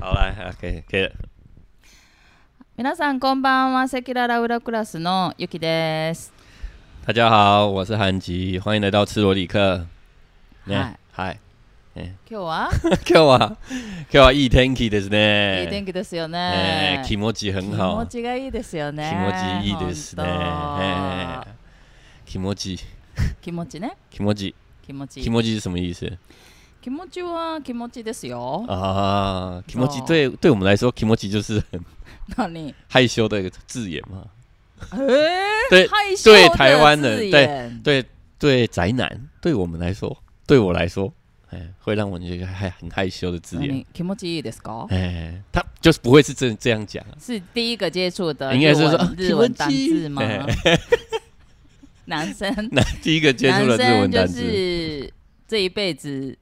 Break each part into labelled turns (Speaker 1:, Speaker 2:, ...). Speaker 1: 好来，啊可以可以了。
Speaker 2: 皆さんこんばんは、セキララウラクラスのゆきです。
Speaker 1: 大家好，我是韩吉，欢迎来到赤裸里克。ね、 はい。
Speaker 2: 今日は
Speaker 1: 今日は今日はいい天気ですね。
Speaker 2: いい天気ですよ
Speaker 1: ね
Speaker 2: ね。
Speaker 1: 気持ち很
Speaker 2: 気
Speaker 1: 好
Speaker 2: 持。ちがいいですよね。
Speaker 1: 気持ちいいですね。
Speaker 2: 本
Speaker 1: ね気持ちいい
Speaker 2: 当気持ちね。
Speaker 1: 気持ちいい
Speaker 2: 気持ちいい
Speaker 1: 気持ち是什么意思？
Speaker 2: 気持ちは気持ちですよ。
Speaker 1: 啊，気持ち
Speaker 2: そう
Speaker 1: 对对我们来说，気持ち就是很
Speaker 2: 何？
Speaker 1: 害羞的一个字眼嘛。
Speaker 2: えー
Speaker 1: 对
Speaker 2: 害羞
Speaker 1: 对
Speaker 2: 的
Speaker 1: 台湾人
Speaker 2: 字眼
Speaker 1: 对对，宅男对我们来说，对我来说，哎，会让我觉得害很害羞的字眼。
Speaker 2: 何気持ちいいですか？
Speaker 1: 哎，他就是不会是这这样讲啊，
Speaker 2: 是第一个接触的
Speaker 1: 应
Speaker 2: 呃日
Speaker 1: 该
Speaker 2: 文，
Speaker 1: 是说 啊
Speaker 2: 日文
Speaker 1: 気
Speaker 2: 单
Speaker 1: 持ちいい
Speaker 2: 字吗？男生，
Speaker 1: 那 第一个接触了
Speaker 2: 男
Speaker 1: 日文
Speaker 2: 生就
Speaker 1: 单词，
Speaker 2: 是这一辈子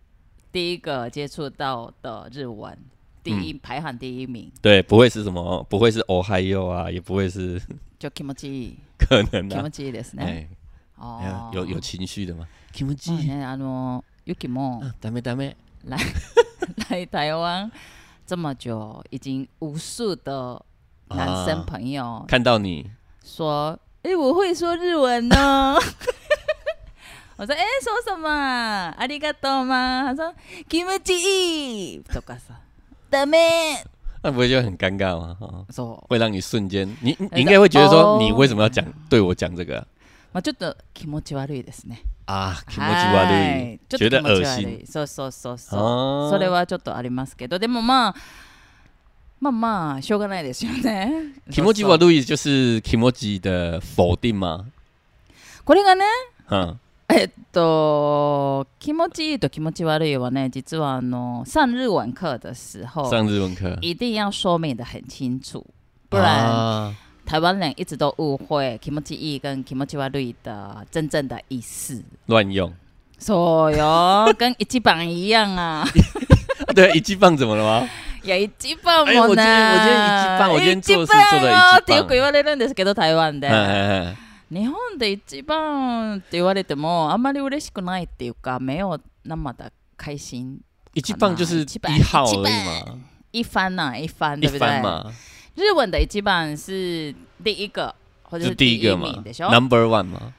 Speaker 2: 第一个接触到的日文，第一、排行第一名，
Speaker 1: 对，不会是什么，不会是 Ohio 啊，也不会是
Speaker 2: 就 kimochi
Speaker 1: 可能
Speaker 2: k
Speaker 1: 啊
Speaker 2: i m o，c h ですね。
Speaker 1: 哎，哎呀
Speaker 2: 哦，
Speaker 1: 有有情绪的嘛 k i m
Speaker 2: まあ
Speaker 1: c
Speaker 2: ねあのユキも
Speaker 1: 啊，ダメダメ，
Speaker 2: 来台湾这么久，已经无数的男生朋友
Speaker 1: 看到你，
Speaker 2: 说：“哎、我会说日文呢。” 我说：“哎、说什么啊？ありがとう吗？”他说：“気持ちいい。”とかさ、ダメ。
Speaker 1: 那不会就很尴尬吗？哦
Speaker 2: そう。
Speaker 1: 会让你瞬间，你你
Speaker 2: 哎
Speaker 1: 你应该会觉得说，
Speaker 2: 哦
Speaker 1: 你为什么要讲对我讲这个
Speaker 2: まあちょっと気持ち悪いですね。
Speaker 1: 啊？気持ち
Speaker 2: は
Speaker 1: 悪
Speaker 2: い
Speaker 1: い，
Speaker 2: ちょっ
Speaker 1: 觉得
Speaker 2: と気持
Speaker 1: 恶
Speaker 2: ち悪
Speaker 1: 心
Speaker 2: い。そうそうそうそう。
Speaker 1: 啊
Speaker 2: それはちょっとありますけど、でもまあ、まあまあ、しょうがないですよね。
Speaker 1: 気持ち
Speaker 2: そうそ
Speaker 1: 悪い就是 k i m o j i 的否定吗？
Speaker 2: うこれがね、
Speaker 1: 嗯，
Speaker 2: えっと、気持ちいいと気持ち悪いはね、実はあの、上日文课的时候、
Speaker 1: 上日文课，
Speaker 2: 哦一定要说明的很清楚，不然、
Speaker 1: 啊
Speaker 2: 台湾人一直都误会気持ちいい跟気持ち悪い的真正的意思。
Speaker 1: 乱用。
Speaker 2: そうよ，跟一级棒一样啊，
Speaker 1: 啊对，一季棒怎么了吗？
Speaker 2: 也一级棒
Speaker 1: 哎
Speaker 2: も
Speaker 1: 我今
Speaker 2: ね。
Speaker 1: 天我今天一级棒我今天做事做得一级棒
Speaker 2: 一よってよく言われるんですけど台湾で
Speaker 1: 哎，哎哎
Speaker 2: 日本で一番って言われてもあんまり嬉しくないっていうか、没有那么的开心。
Speaker 1: 一季棒就是
Speaker 2: 一季棒
Speaker 1: 一号而已嘛，
Speaker 2: 一番呐、一番
Speaker 1: 一
Speaker 2: 对不对
Speaker 1: 番？嘛，
Speaker 2: 日文的一番是第一个，或
Speaker 1: 就
Speaker 2: 者
Speaker 1: 是是第
Speaker 2: 一
Speaker 1: 一个
Speaker 2: 名
Speaker 1: 嘛
Speaker 2: でしょ？
Speaker 1: ，Number One 嘛，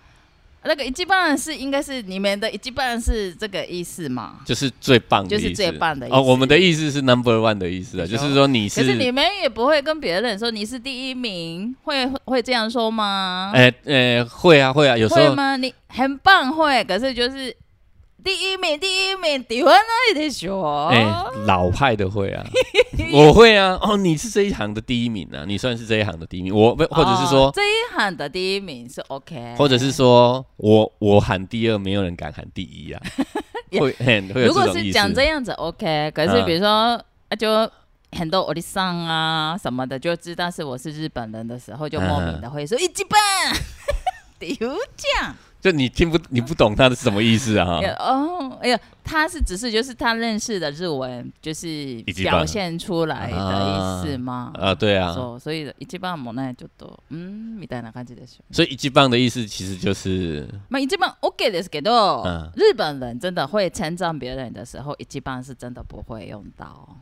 Speaker 2: 那个一级棒是应该是你们的一级棒是这个意思嘛？
Speaker 1: 就是最棒的意思，
Speaker 2: 就是最棒的意思
Speaker 1: 哦，我们的意思是 Number One 的意思啊，
Speaker 2: 没错
Speaker 1: 就是说你
Speaker 2: 可是你
Speaker 1: 是，
Speaker 2: 们也不会跟别人说你是第一名，会会这样说吗？
Speaker 1: 哎哎，会啊会啊，有时
Speaker 2: 会
Speaker 1: 候
Speaker 2: 吗？你很棒会，可是就是第一名，第一名，台湾那里的说，
Speaker 1: 哎老派的会 啊，我会啊，哦，你是这一行的第一名啊，你算是这一行的第一名，我不，或者是
Speaker 2: 哦
Speaker 1: 说，
Speaker 2: 这一行的第一名是 OK，
Speaker 1: 或者是说我我喊第二，没有人敢喊第一 啊，
Speaker 2: 也
Speaker 1: 会嘿会有这
Speaker 2: 如果
Speaker 1: 种意
Speaker 2: 是
Speaker 1: 思
Speaker 2: 讲。这样子 OK，可是比如说、啊就。很多欧丽桑啊什么的，就知道是我是日本人的时候，就莫名的会说一级棒，丢奖。
Speaker 1: 就你听不你不懂他的是什么意思啊
Speaker 2: 也？哦，哎呀，他是只是就是他认识的日文，就是
Speaker 1: 一
Speaker 2: 表
Speaker 1: 番
Speaker 2: 现出来的意思嘛。
Speaker 1: 啊，对啊，
Speaker 2: そう、所以一番もね、ちょっと、うんみたいな感じでしょ。
Speaker 1: 所以一级棒的意思其实就是
Speaker 2: まあ一番 OK ですけど、
Speaker 1: 嗯
Speaker 2: 日本人真的会称赞别人的时候，一番是真的不会用到。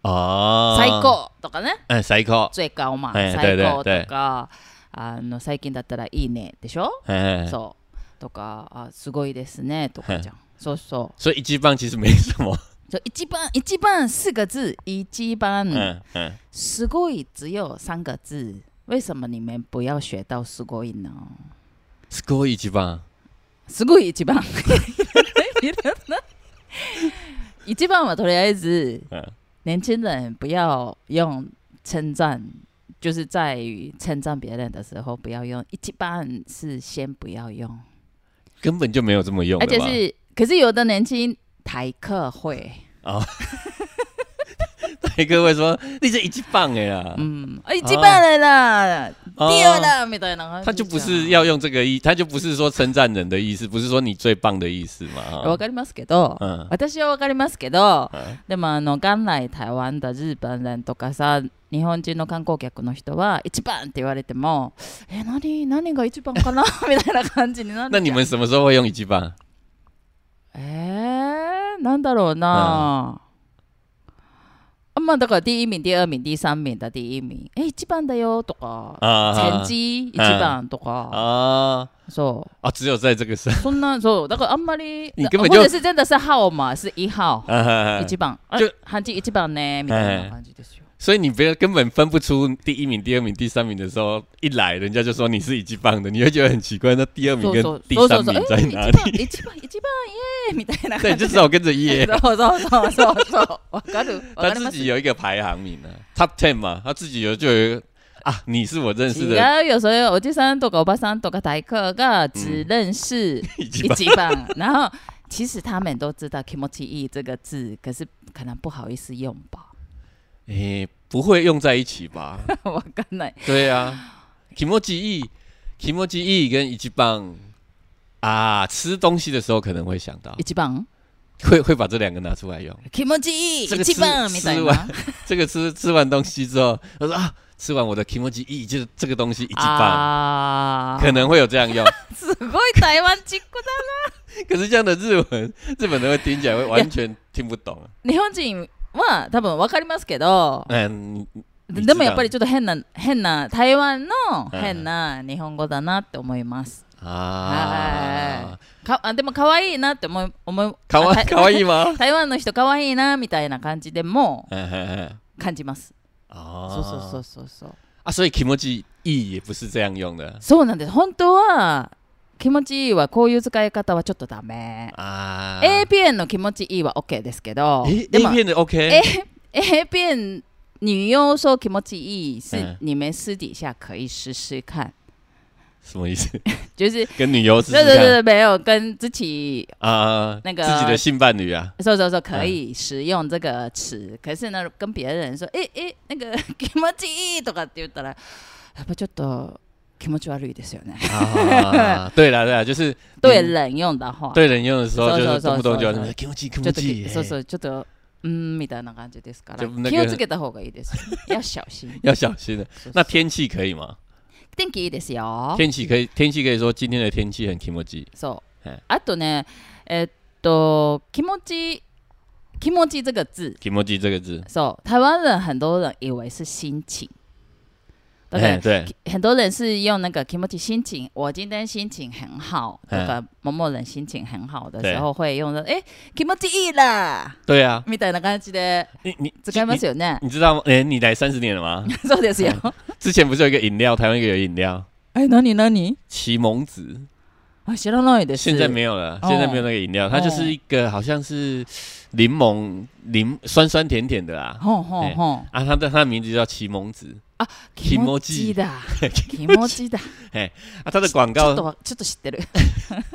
Speaker 1: 哦，
Speaker 2: 最，高とかね、
Speaker 1: 哎，最高，
Speaker 2: 最高嘛、
Speaker 1: 哎
Speaker 2: 最高
Speaker 1: 对对
Speaker 2: とか、あの最近だったらいいねでしょ。
Speaker 1: 哎，
Speaker 2: そうとか、あすごいですねとかじゃん。そうそう。
Speaker 1: 所以一级棒其实没什么，
Speaker 2: 就一级棒，一级棒四个字，一级棒，
Speaker 1: 嗯嗯，
Speaker 2: すごい只有三个字，为什么你们不要学到すごい呢？
Speaker 1: すごい一级棒，
Speaker 2: すごい一番，いらない一番はとりあえず
Speaker 1: 嗯，
Speaker 2: 年轻人不要用称赞，就是在于称赞别人的时候不要用一级棒，是先不要用，
Speaker 1: 根本就没有这么用
Speaker 2: 而
Speaker 1: 的
Speaker 2: 且
Speaker 1: 嘛，
Speaker 2: 是可是有的年轻台客会。
Speaker 1: 那个会哎说你这一级棒哎呀，
Speaker 2: 嗯，哎，击败了啦，
Speaker 1: 哦
Speaker 2: 第二了，みたいな。
Speaker 1: 他就不是要用这个意，他就不是说称赞人的意思，不是说你最棒的意思嘛，
Speaker 2: わ
Speaker 1: 啊
Speaker 2: かりますけど、
Speaker 1: 嗯
Speaker 2: 私はわかりますけど、
Speaker 1: 嗯
Speaker 2: でもあの元来台湾だ日本人とかさ、日本人の観光客の人は一番って言われても、え、何何が一番 かなみたいな感じになるじ
Speaker 1: 那
Speaker 2: ゃん。
Speaker 1: 你们什么时候会用一级棒？
Speaker 2: えー、なんだろうな。あまあだから第一名、第二名、第三名だ第一名。え、一番だよとか、
Speaker 1: あ
Speaker 2: 前
Speaker 1: あ
Speaker 2: 期一番とか、
Speaker 1: 啊
Speaker 2: そ
Speaker 1: 啊！只有在这个上
Speaker 2: う。そんな、そう。だからあんまり、
Speaker 1: 你
Speaker 2: 或
Speaker 1: 根本就
Speaker 2: 者是真的是号码是一 号、
Speaker 1: 啊哈哈
Speaker 2: 一番。あ
Speaker 1: 就
Speaker 2: 漢字一番ね、みたいな感じですよ。
Speaker 1: 所以你不要根本分不出第一名、第二名、第三名的时候，一来人家就说你是一级棒的，你会觉得很奇怪。那第二名
Speaker 2: そう
Speaker 1: 跟
Speaker 2: そう。
Speaker 1: 第
Speaker 2: そ
Speaker 1: 三
Speaker 2: うそうそ
Speaker 1: 名
Speaker 2: う。
Speaker 1: 在
Speaker 2: え
Speaker 1: 哪
Speaker 2: 哎一番、
Speaker 1: 里？
Speaker 2: 一番、一番、イエーイみたいな感じ。
Speaker 1: 对，就只好跟着 耶。
Speaker 2: そうそうそうそうそう。わかるわ
Speaker 1: 他
Speaker 2: かり
Speaker 1: 自
Speaker 2: ます
Speaker 1: 己有一个排行名呢、t o p Ten 嘛，他自己有就有一个啊，你是我认识的
Speaker 2: 違うよ、それおじさんとかおばさんとか大哥が只认识
Speaker 1: 一级棒。
Speaker 2: 一番。然后其实他们都知道“気持ちいい”这个字，可是可能不好意思用吧。
Speaker 1: 诶、不会用在一起吧？
Speaker 2: わかんない。
Speaker 1: 对啊 k i m o j i k i m o j i 跟一级棒啊，吃东西的时候可能会想到，
Speaker 2: 一番
Speaker 1: 会会把这两个拿出来用。
Speaker 2: 気持ちいい
Speaker 1: 这个
Speaker 2: 一番
Speaker 1: 吃
Speaker 2: みたい
Speaker 1: 吃
Speaker 2: な
Speaker 1: 完。这个吃吃完东西之后，他说啊，吃完我的 k i m o j i 就是这个东西一级
Speaker 2: 啊
Speaker 1: 棒，
Speaker 2: あ
Speaker 1: 可能会有这样用。
Speaker 2: ーすごい台湾チックだ。
Speaker 1: 可是这样的日文，日本人会听起来会完全听不懂。
Speaker 2: 日本人は多分わかりますけど、
Speaker 1: 嗯，你你知
Speaker 2: で
Speaker 1: 道
Speaker 2: もやっぱりちょっと変な、変な、台湾の変な日本語だなって思います。
Speaker 1: 啊，
Speaker 2: かあでも可愛いなって思い思い
Speaker 1: かわ
Speaker 2: あた
Speaker 1: かわいい吗？
Speaker 2: 台湾の人可愛いなみたいな感じでも
Speaker 1: 嗯嗯嗯
Speaker 2: 感じます。
Speaker 1: 哦
Speaker 2: そうそうそうそうそう。
Speaker 1: 啊，所以 k i m o j i 也不是这样用的
Speaker 2: そうなんです。本当は気持ちいいはこういう使い方はちょっとダメ。
Speaker 1: 啊。
Speaker 2: APN の気持ちいいは OK ですけど、
Speaker 1: 诶
Speaker 2: でも
Speaker 1: ，A 片的 OK，
Speaker 2: A- APN 女優说気持ちいい
Speaker 1: 嗯
Speaker 2: 是你们私底下可以试试看，
Speaker 1: 什么意思？
Speaker 2: 就是
Speaker 1: 跟女优试
Speaker 2: 对
Speaker 1: 试
Speaker 2: 对
Speaker 1: 看
Speaker 2: 对，没有跟自己
Speaker 1: 啊，
Speaker 2: 那个
Speaker 1: 自己的性伴侣 啊，
Speaker 2: 说说说可以使用这个词，可是呢，跟别人说，诶诶，那个気持ちいいとかって言ったら、やっぱちょっと気持ち悪いですよね。
Speaker 1: 啊，对啦对啦，就是
Speaker 2: 对
Speaker 1: 嗯
Speaker 2: 人用的话，
Speaker 1: 对人用的时候，
Speaker 2: 搜
Speaker 1: 就是
Speaker 2: 搜搜
Speaker 1: 动不动就
Speaker 2: 搜
Speaker 1: 要
Speaker 2: 搜
Speaker 1: k i m o j i k i
Speaker 2: ち
Speaker 1: m
Speaker 2: ょ
Speaker 1: o
Speaker 2: っと
Speaker 1: j i
Speaker 2: そうそうちょっとうんみたいな感じですから、
Speaker 1: 就那个。
Speaker 2: 気をつけた方がいいです。要小心
Speaker 1: 要小心的。
Speaker 2: そうそう
Speaker 1: 那天气可以吗？
Speaker 2: 天気いいですよ。
Speaker 1: 天气可以，天气可以说今天的天气很 k i m o j i
Speaker 2: そう
Speaker 1: はい。
Speaker 2: あとね、えっと気持ち気持ち这个字。
Speaker 1: k i m o j i 这个字，
Speaker 2: そう台湾人很多人以为是心情，だ
Speaker 1: 哎
Speaker 2: か
Speaker 1: 对，
Speaker 2: ら很多人是用那个 k i m o 心情，我今天心情很好，
Speaker 1: 嗯
Speaker 2: 那个某某人心情很好的时候会用的，哎 k i m o いい啦
Speaker 1: 对啊，
Speaker 2: みたいな感じで
Speaker 1: 你你
Speaker 2: 使いますよね。
Speaker 1: 你知道吗？哎、你来三十年了 吗？
Speaker 2: そうですよ。
Speaker 1: 之前不是有一个饮料，台湾一个有饮料
Speaker 2: 哎，何何？
Speaker 1: 奇蒙子，
Speaker 2: あ知らないです。
Speaker 1: 现在没有了，
Speaker 2: 哦
Speaker 1: 现在没有那个饮料，它就是一个好像是柠檬柠酸酸甜甜的啦。
Speaker 2: ほんほんほん。
Speaker 1: 啊，它的它的名字叫奇蒙子
Speaker 2: 気持ちだ。 気持ちだ。
Speaker 1: 啊，它的广
Speaker 2: ちょっと
Speaker 1: 告，
Speaker 2: わちょっと知って る。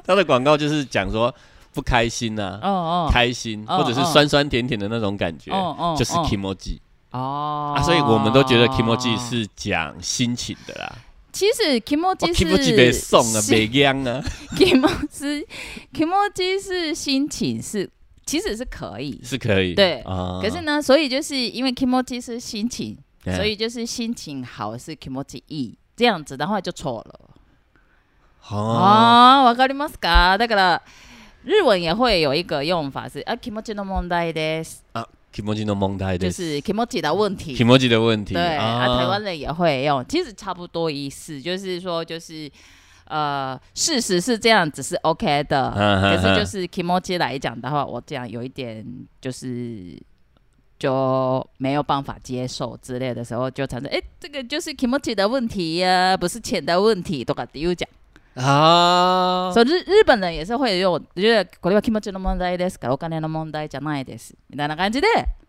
Speaker 1: 它的广告就是讲说不开心呐、
Speaker 2: 哦哦。
Speaker 1: 开心
Speaker 2: 哦
Speaker 1: 或者是酸酸甜甜的那种感觉，
Speaker 2: 哦
Speaker 1: 就是 k i m o j i
Speaker 2: 哦。
Speaker 1: 啊，所以我们都觉得 k i m o j i。是讲心情的啦。
Speaker 2: 其实 k i m o
Speaker 1: 哇 k i
Speaker 2: 是
Speaker 1: m o j i 别送啊，
Speaker 2: 是
Speaker 1: 别央啊，
Speaker 2: 気持ち、気持ち是心情是，其实是可以。
Speaker 1: 是可以。
Speaker 2: 对
Speaker 1: 啊
Speaker 2: 可是呢，所以就是因为気持ち是心情，
Speaker 1: 哎
Speaker 2: 所以就是心情好是気持ちいい。这样子的话就错了。
Speaker 1: 哦，
Speaker 2: ああ、わかりますか？だから日文也会有一个用法是啊，気持ちの問題です，
Speaker 1: 気持ちの問題
Speaker 2: 就
Speaker 1: です。
Speaker 2: 是気持ち的问题
Speaker 1: 気。持ち的问题。
Speaker 2: 对啊，台湾人也会用，其实差不多意思，就是说就是。呃，事实是这样子是 OK 的，
Speaker 1: 嗯嗯
Speaker 2: 可是就是 k i m o j i 来讲的话，我这样有一点就是就没有办法接受之类的时候，就产生哎、诶这个就是 k i m o j i 的问题呀、不是钱的问题，とかっていう讲。
Speaker 1: 啊，
Speaker 2: 所以日日本人也是会用，就是これは k i m o j i の問題ですから、お金の問題じゃないですみたいな感じで、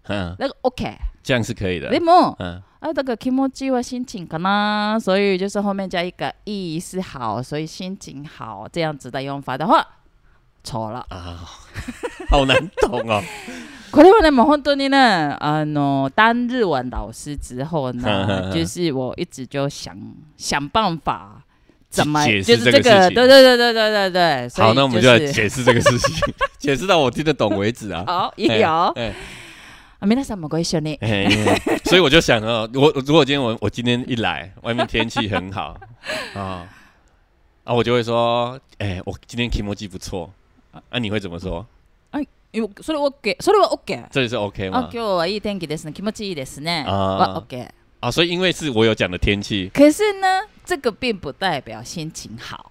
Speaker 1: 嗯，
Speaker 2: 那个 OK。
Speaker 1: 这样是可以的
Speaker 2: で。も、
Speaker 1: 嗯，
Speaker 2: 啊，这个 k i m o j i は心情かな，所以就是后面加一个意是好，所以心情好这样子的用法的话，错了。
Speaker 1: 啊，好难懂哦。
Speaker 2: これはねもう本当にねあの当日文老师之后
Speaker 1: 嗯嗯
Speaker 2: 呢，
Speaker 1: 嗯
Speaker 2: 就是我一直就想想办法怎么
Speaker 1: 解
Speaker 2: 就
Speaker 1: 释
Speaker 2: 是
Speaker 1: 这
Speaker 2: 这
Speaker 1: 个事
Speaker 2: 个
Speaker 1: 情
Speaker 2: 对对对对对对对，所以
Speaker 1: 好，那我们就来
Speaker 2: 就是
Speaker 1: 解释这个事 情，解释到我听得懂为止啊。
Speaker 2: 好也有啊，
Speaker 1: 哎
Speaker 2: 皆さんもご一緒に。
Speaker 1: 哎，哎所以我就想哦，我我如果今天我我今天一来，外面天气很好啊啊啊，我就会说，哎，我今天 k i m o j i 不错。啊，你会怎么说？
Speaker 2: よそれ OK それは OK
Speaker 1: 这里是 OK
Speaker 2: あ今
Speaker 1: 吗
Speaker 2: 日？はいい天気ですね気持ちいいですね
Speaker 1: あー
Speaker 2: は OK
Speaker 1: 啊，所以因为是我有讲的天气，
Speaker 2: 可是呢这个并不代表心情好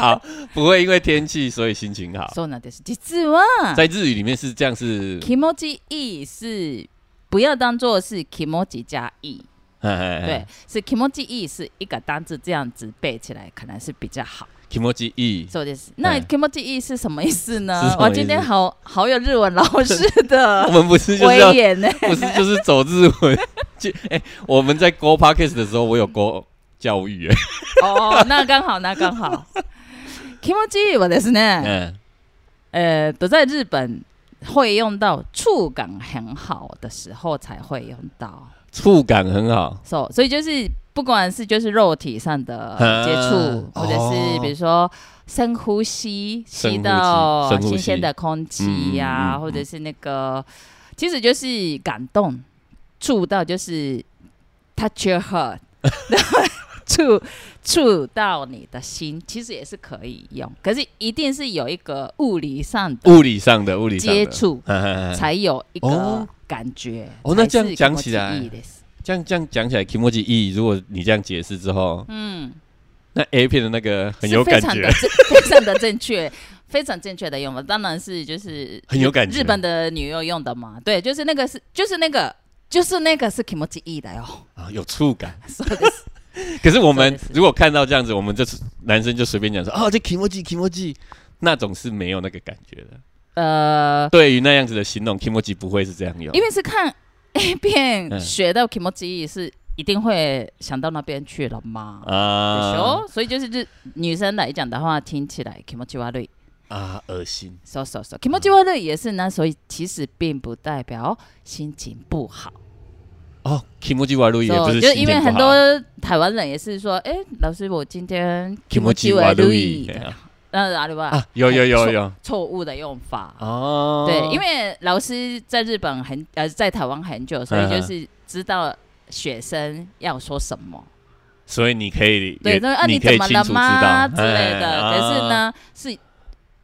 Speaker 1: 好，不会因为天气所以心情好。
Speaker 2: そうなんです実は
Speaker 1: 在日语里面是这样是，
Speaker 2: 気持ちいい是不要当做是気持ち加い对
Speaker 1: 对，
Speaker 2: 是気持ちいい是一个单字这样子背起来可能是比较好
Speaker 1: k i m o j i
Speaker 2: そうです那
Speaker 1: 嗯
Speaker 2: 気持ちいい是什么意思
Speaker 1: 是
Speaker 2: 呢
Speaker 1: 什么
Speaker 2: 我
Speaker 1: 意思
Speaker 2: 今天好好有日文老 师
Speaker 1: 我
Speaker 2: 的
Speaker 1: 们不是就是要
Speaker 2: 威严呢
Speaker 1: 不是就是走日文？就哎，我们在 Go Podcast 的时候，我有 Go 教育，哎
Speaker 2: 哦那刚好那刚好気持ちいいはです ね
Speaker 1: 嗯，
Speaker 2: 呃，都在日本会用到触感很好的时候才会用到
Speaker 1: 触感很好，
Speaker 2: ，so 所以就是不管是就是肉体上的
Speaker 1: 啊
Speaker 2: 接触，或者
Speaker 1: 哦
Speaker 2: 是比如说深呼吸，
Speaker 1: 深呼
Speaker 2: 吸
Speaker 1: 吸
Speaker 2: 到
Speaker 1: 深呼吸
Speaker 2: 新鲜的空气呀、
Speaker 1: 嗯嗯嗯
Speaker 2: 或者是那个，其实就是感动，触到就是 touch your heart，触触到你的心，其实也是可以用，可是一定是有一个物理上的。
Speaker 1: 物理上的物理上
Speaker 2: 接
Speaker 1: 的，
Speaker 2: 触
Speaker 1: 嗯嗯嗯
Speaker 2: 才有一
Speaker 1: 哦
Speaker 2: 个感觉。
Speaker 1: 哦那
Speaker 2: 才
Speaker 1: 这样
Speaker 2: 是
Speaker 1: 讲
Speaker 2: kimochi
Speaker 1: 起来
Speaker 2: いいです
Speaker 1: 这样这样讲起来 k i m o j i 如果你这样解释之后，
Speaker 2: 嗯，
Speaker 1: 那 A 片的那个很
Speaker 2: 是
Speaker 1: 有感
Speaker 2: 非常
Speaker 1: 觉
Speaker 2: 的，正 非常的正确，非常正确的用法，当然是就是
Speaker 1: 很有感觉
Speaker 2: 日本的女优用的嘛，对，就是那个是就是那个就是那个是 kimochi 哦いいだ よ。
Speaker 1: 啊，有触感。
Speaker 2: そうです
Speaker 1: 可是我们
Speaker 2: そうです
Speaker 1: 如果看到这样子，我们这男生就随便讲说哦，这 kimoji kimoji，那种是没有那个感觉的。
Speaker 2: 呃，
Speaker 1: 对于那样子的形容，kimoji 不会是这样用
Speaker 2: 因。为是看 A 片
Speaker 1: 嗯
Speaker 2: 学到 kimochi いい是一定会想到那边去了嘛。でし
Speaker 1: 啊
Speaker 2: ょ所以就是日女生来讲的话，听起来 kimochi 悪い。
Speaker 1: 啊，恶心！
Speaker 2: so so so，気持ち悪い也是呢，所以其实并不代表心情不好。
Speaker 1: 哦，kimoji 悪い也不
Speaker 2: So，
Speaker 1: 是
Speaker 2: 就
Speaker 1: 心
Speaker 2: 因
Speaker 1: 情
Speaker 2: 为
Speaker 1: 不
Speaker 2: 很
Speaker 1: 好。
Speaker 2: 多台湾人也是说，哎、老师，我今天気持ち
Speaker 1: kimoji
Speaker 2: 悪
Speaker 1: 悪
Speaker 2: い
Speaker 1: い
Speaker 2: 的，那啊对吧
Speaker 1: 啊？，有有有
Speaker 2: 错
Speaker 1: 有
Speaker 2: 错误的用法。
Speaker 1: 哦，
Speaker 2: 对，因为老师在日本很呃，在台湾很久，
Speaker 1: 嗯
Speaker 2: 所以就是知道学生要说什么。
Speaker 1: 所以你可以
Speaker 2: 对，
Speaker 1: 也
Speaker 2: 那啊
Speaker 1: 你
Speaker 2: 你
Speaker 1: 可
Speaker 2: 怎
Speaker 1: 以
Speaker 2: 么
Speaker 1: 清
Speaker 2: 了
Speaker 1: 楚知
Speaker 2: 吗
Speaker 1: 道
Speaker 2: 之类的？可
Speaker 1: 哎
Speaker 2: 是，
Speaker 1: 啊哎
Speaker 2: 呢，是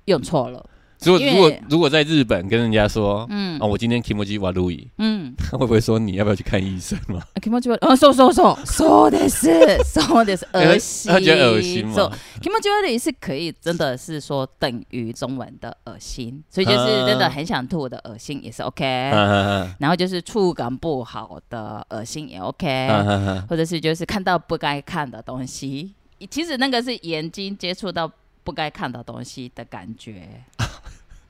Speaker 2: 用错了。
Speaker 1: 如果
Speaker 2: 因为
Speaker 1: 如果如果在日本跟人家说
Speaker 2: 嗯
Speaker 1: 啊，我今天 kimoji 悪い，
Speaker 2: 嗯。
Speaker 1: 他会不会说你要不要去看医生嘛？
Speaker 2: あ啊気持ち悪い。あ、そうそうそう。そうです。 そうです。恶心。
Speaker 1: 他觉得恶心
Speaker 2: そう
Speaker 1: 嘛？
Speaker 2: 気持ち悪い是可以，真的是说等于中文的恶心，所以就是
Speaker 1: 啊
Speaker 2: 真的很想吐的恶心也是 OK，、
Speaker 1: 啊啊啊
Speaker 2: 然后就是触感不好的恶心也 OK，、
Speaker 1: 啊啊啊！
Speaker 2: 或者是就是看到不该看的东西，其实那个是眼睛接触到不该看的东西的感 觉，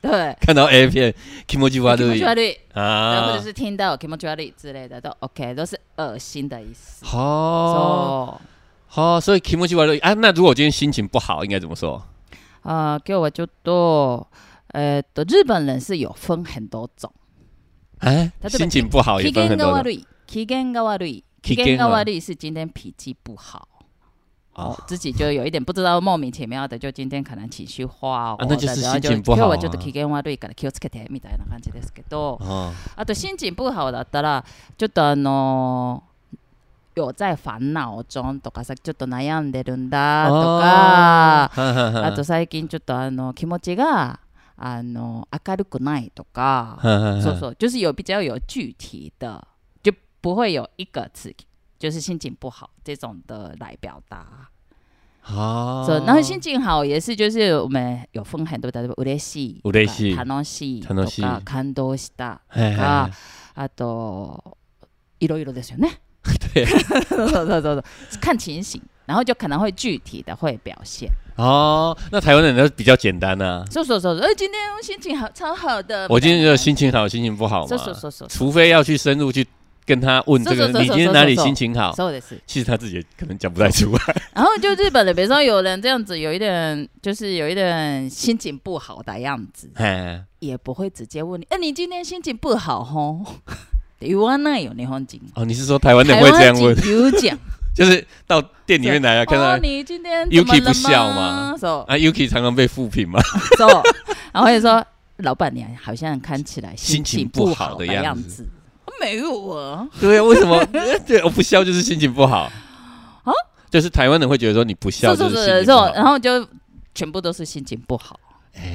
Speaker 2: 对。
Speaker 1: 看到 A 片 kimoji
Speaker 2: 気持ち
Speaker 1: 悪
Speaker 2: 悪い，
Speaker 1: い
Speaker 2: 然后哦或
Speaker 1: 啊
Speaker 2: 者，是听到気持ち悪い之类的都 OK，都是恶心的意思。
Speaker 1: 好
Speaker 2: そう
Speaker 1: 好，所以 kimoji 悪い啊。那如果我今天心情不好，应该怎么说？
Speaker 2: あー今日はちょっと、えーっと日本人是有分很多种。
Speaker 1: 哎
Speaker 2: 他，这本
Speaker 1: 心情不好也
Speaker 2: 機
Speaker 1: 分
Speaker 2: 嫌
Speaker 1: 很
Speaker 2: が
Speaker 1: 多
Speaker 2: 悪
Speaker 1: 种
Speaker 2: い。機嫌が悪い。
Speaker 1: 機
Speaker 2: 機
Speaker 1: 嫌
Speaker 2: 嫌
Speaker 1: が
Speaker 2: が
Speaker 1: 悪
Speaker 2: 悪い是今天脾气不好。
Speaker 1: 哦
Speaker 2: 哦，自己就有一点不知道莫名其妙的，就今天可能情绪化哦，
Speaker 1: 啊那就是
Speaker 2: 然后
Speaker 1: 心情不好啊
Speaker 2: 今日はちょっと機嫌悪いから気をつけてみたいな感じですけど、
Speaker 1: 哦
Speaker 2: あと心情不好だったら、ちょっとあのー有在烦恼中とかさ、ちょっと悩んでるんだとか、
Speaker 1: 哦哈哈哈
Speaker 2: あと最近ちょっとあの気持ちがあの明るくないと
Speaker 1: 哈
Speaker 2: か、
Speaker 1: 哈
Speaker 2: そう
Speaker 1: 哈
Speaker 2: そう、就是有比较有具体的，就不会有一个词，就是心情不好这种的来表达。
Speaker 1: 好，
Speaker 2: 所以，然后心情好也是就是我们有分很多的，例えば嬉しいとか、
Speaker 1: 嬉しい
Speaker 2: 楽しいと
Speaker 1: 楽し
Speaker 2: か
Speaker 1: い、
Speaker 2: 感動した、
Speaker 1: 嘿嘿嘿
Speaker 2: があといろいろです よね。
Speaker 1: 对啊
Speaker 2: そうそうそうそう看情形，然后就可能会具体的会表现。
Speaker 1: 哦，那台湾人都比较简单啊。
Speaker 2: そうそうそうそう。哎，今天心情好，超好的。
Speaker 1: 我今天
Speaker 2: み
Speaker 1: 就是
Speaker 2: たいな
Speaker 1: 心情好，心情不好
Speaker 2: そうそう
Speaker 1: 嘛，
Speaker 2: そうそう。
Speaker 1: 除非要去深入去跟他问这个
Speaker 2: 嗖嗖嗖，嗖
Speaker 1: 你今天
Speaker 2: 嗖
Speaker 1: 哪里
Speaker 2: 嗖嗖
Speaker 1: 心情好？
Speaker 2: そうです。
Speaker 1: 其实他自己也可能讲不太出来。
Speaker 2: 然后就日本的，比如说有人这样子，有一点就是有一点心情不好的样子，
Speaker 1: 哎，
Speaker 2: 也不会直接问你，哎、你今天心情不好吼？言わないよ日本人。
Speaker 1: 哦，你是说台湾人会这样问？
Speaker 2: 台湾人有讲，
Speaker 1: 就是到店里面来啊，看到
Speaker 2: 哦，
Speaker 1: 啊
Speaker 2: 你今天怎么
Speaker 1: Yuki 不
Speaker 2: 了
Speaker 1: 笑吗
Speaker 2: 吗？走
Speaker 1: Yuki 常常被负评 嘛，
Speaker 2: 走，然后就说老板娘好像看起来
Speaker 1: 心情
Speaker 2: 情
Speaker 1: 不好
Speaker 2: 好
Speaker 1: 的样
Speaker 2: 样
Speaker 1: 子
Speaker 2: 子。没有啊，
Speaker 1: 对啊，为什么？ 对，我不笑就是心情不好
Speaker 2: 啊，
Speaker 1: 就是台湾人会觉得说你不笑
Speaker 2: 是
Speaker 1: 就是是心
Speaker 2: 是
Speaker 1: 情不
Speaker 2: 是，然
Speaker 1: 好。
Speaker 2: 后就全部都是心情不好。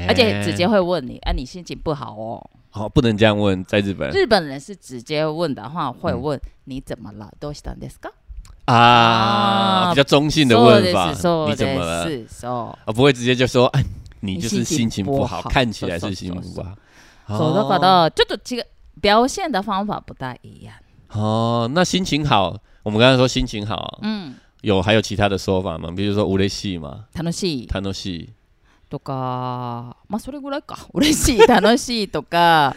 Speaker 2: 而且直接会问你，啊，你心情不好哦。
Speaker 1: 哎哦，不能这样问，在日本
Speaker 2: 日本人是直接问的话，会问你怎么了，どうしたんですか？
Speaker 1: 啊，
Speaker 2: 啊
Speaker 1: 比较中性的问法
Speaker 2: そう，
Speaker 1: 你
Speaker 2: です
Speaker 1: 怎么
Speaker 2: そう
Speaker 1: 了？
Speaker 2: ですそう。
Speaker 1: 啊，不会直接就说，哎，你
Speaker 2: 你
Speaker 1: 就是心
Speaker 2: 心情
Speaker 1: 情
Speaker 2: 不
Speaker 1: 不好，
Speaker 2: 好
Speaker 1: 看起来是
Speaker 2: そうそう
Speaker 1: 心情
Speaker 2: そう
Speaker 1: 不
Speaker 2: そう
Speaker 1: 好。
Speaker 2: そうだか
Speaker 1: 哦
Speaker 2: らちょっと違う表現的方法不大一样。
Speaker 1: 哦，那心情好，我们刚才说心情好，啊
Speaker 2: 嗯，
Speaker 1: 有还有其他的说法吗？比如说无雷系嘛，
Speaker 2: 楽しい
Speaker 1: 他都系
Speaker 2: とか、まあそれぐらいか。嬉しい、楽しいとか、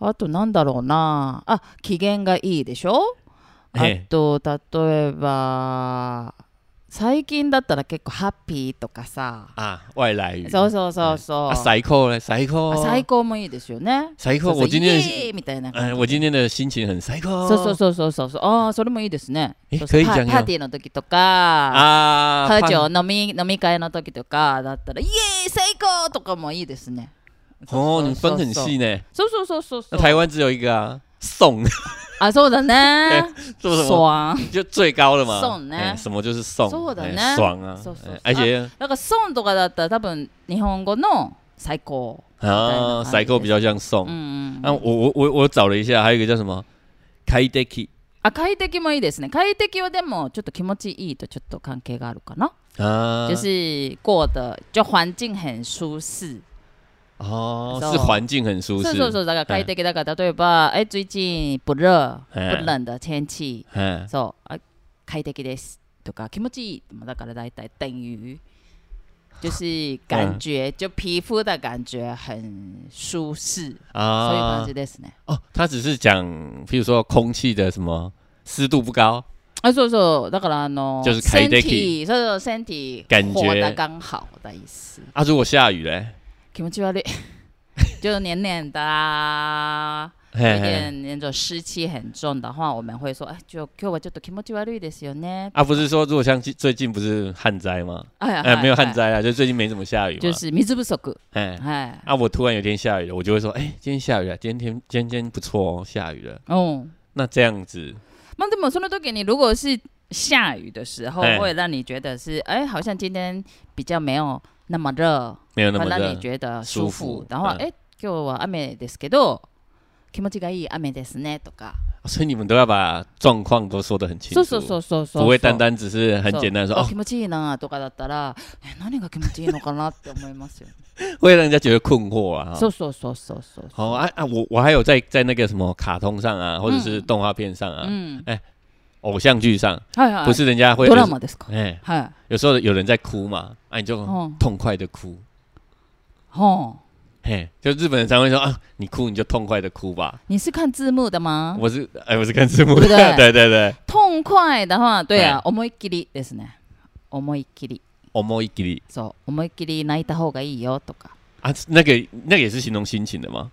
Speaker 2: あとなんだろうな。あ、機嫌がいいでしょ？あ
Speaker 1: ええ
Speaker 2: と例えば最近だったら結構ハッピーとかさ。
Speaker 1: 啊，外来语。
Speaker 2: そうそうそうそう。
Speaker 1: 啊，塞扣嘞，塞扣，
Speaker 2: あ最高もいいですよね。
Speaker 1: 塞
Speaker 2: そ
Speaker 1: 扣。
Speaker 2: うそう
Speaker 1: 我今天
Speaker 2: イエーイみたいな感じ
Speaker 1: 哎，我今天的心情很塞扣。
Speaker 2: そうそうそうそうそうそう。ああ、それもいいですね。
Speaker 1: え
Speaker 2: そうそ
Speaker 1: 可
Speaker 2: う
Speaker 1: 以
Speaker 2: パ
Speaker 1: 讲よ
Speaker 2: パーティーの時とか、
Speaker 1: 啊，
Speaker 2: 喝酒
Speaker 1: 胖
Speaker 2: 飲み飲み会の時とかだったら、イエーイ最高とかもいいですね。
Speaker 1: 哦，你分很
Speaker 2: そう
Speaker 1: 细呢。
Speaker 2: そうそうそうそうそ
Speaker 1: 那
Speaker 2: う。
Speaker 1: 台湾只有一个啊，送，
Speaker 2: あ、そうだね。
Speaker 1: 做什么
Speaker 2: 爽。
Speaker 1: 就最高了嘛。
Speaker 2: 送呢
Speaker 1: 哎什么就是送，
Speaker 2: そうだね
Speaker 1: 哎爽啊
Speaker 2: そうそうそう，
Speaker 1: 哎而且
Speaker 2: だから、損とかだったら多分、日本語の最高。哦
Speaker 1: 啊，塞扣比较像
Speaker 2: う
Speaker 1: 送。
Speaker 2: んうん。
Speaker 1: 啊，我我我我找了一下，还有一个叫什么？开 deki
Speaker 2: あ、快適もいいですね。快適はでも、ちょっと気持ちいいとちょっと関係があるかな。
Speaker 1: 啊，
Speaker 2: 就是过的就环境很舒适。
Speaker 1: 哦，
Speaker 2: So-
Speaker 1: 是环境很舒
Speaker 2: そう
Speaker 1: 适，
Speaker 2: そうそう、だから快適だから、例えば、え、最近不热、不
Speaker 1: ええ
Speaker 2: 冷的天气、
Speaker 1: 嗯，
Speaker 2: そう、あ快適ですとか、気持ちいい、だから大体等于就是感觉，就皮肤的感觉很舒适，そういう感
Speaker 1: 啊
Speaker 2: じ，ですね。
Speaker 1: 哦，他只是讲，譬如说空气的什么湿度不高，
Speaker 2: あ、そうそう、だからあの
Speaker 1: 就是快
Speaker 2: 身
Speaker 1: 適
Speaker 2: 体、そうそう身体
Speaker 1: 感觉
Speaker 2: 活得刚好的意思。
Speaker 1: 啊，如果下雨嘞，
Speaker 2: 気持ち悪い、 就黏黏的啊。有
Speaker 1: 嘿嘿，
Speaker 2: 点那种湿气很重的话，我们会说，哎，就今日はちょっと気持ち悪いですよね。
Speaker 1: 啊，不是说如果像近最近不是旱灾吗？
Speaker 2: 哎呀
Speaker 1: 哎，没有旱，
Speaker 2: はい
Speaker 1: 灾啊，就最近没怎么下雨嘛，
Speaker 2: 就是水不足。
Speaker 1: 哎，
Speaker 2: 哎，
Speaker 1: 啊，我突然有天下雨了，我就会说，哎，今天下雨了，今天今天不错哦，下雨了，
Speaker 2: 嗯，
Speaker 1: 那这样子，
Speaker 2: 那でもその時に如果是下雨的时候，
Speaker 1: 哎
Speaker 2: 会让你觉得是，哎，好像今天比较没有那么热，
Speaker 1: 没有那
Speaker 2: 会
Speaker 1: 么
Speaker 2: 让你
Speaker 1: 热，
Speaker 2: 觉得舒
Speaker 1: 舒服
Speaker 2: 服。然后，
Speaker 1: 嗯
Speaker 2: 哎，今日は雨ですけど、気持ちがいい雨ですねとか。
Speaker 1: 哦所以你们都要把状况都说得很清
Speaker 2: そうそう
Speaker 1: 楚，
Speaker 2: そうそうそう。
Speaker 1: 不会单单只是很简单地说
Speaker 2: そう
Speaker 1: 哦
Speaker 2: あ，気持ちいいなとかだったら、え何が気持ちいいのかなって思います よね。
Speaker 1: 会让人家觉得困惑啊，
Speaker 2: そうそうそうそうそう。
Speaker 1: 哦啊啊！我我还有在在那个什么卡通上啊，或者是
Speaker 2: 嗯哎
Speaker 1: 动画片上啊，
Speaker 2: うん。
Speaker 1: 偶像剧上，
Speaker 2: はいはい。
Speaker 1: 不 是人家会
Speaker 2: ドラマですか。
Speaker 1: 有哎，
Speaker 2: はい。
Speaker 1: 有时候有人在哭嘛，啊，你就
Speaker 2: 嗯
Speaker 1: 痛快的哭，
Speaker 2: 哦，
Speaker 1: 嘿，就日本人常会说啊，你哭你就痛快的哭吧。
Speaker 2: 你是看字幕的吗？
Speaker 1: 我是哎，我是看字幕的，
Speaker 2: 啊对
Speaker 1: 对
Speaker 2: 不对
Speaker 1: 对对，
Speaker 2: 痛快的话，对
Speaker 1: はい
Speaker 2: 啊，思いっきりですね。思いっきり。
Speaker 1: 思い切り
Speaker 2: そう、思いっきり泣いた方がいいよとか。
Speaker 1: 啊，那个那个也是形容心情的吗？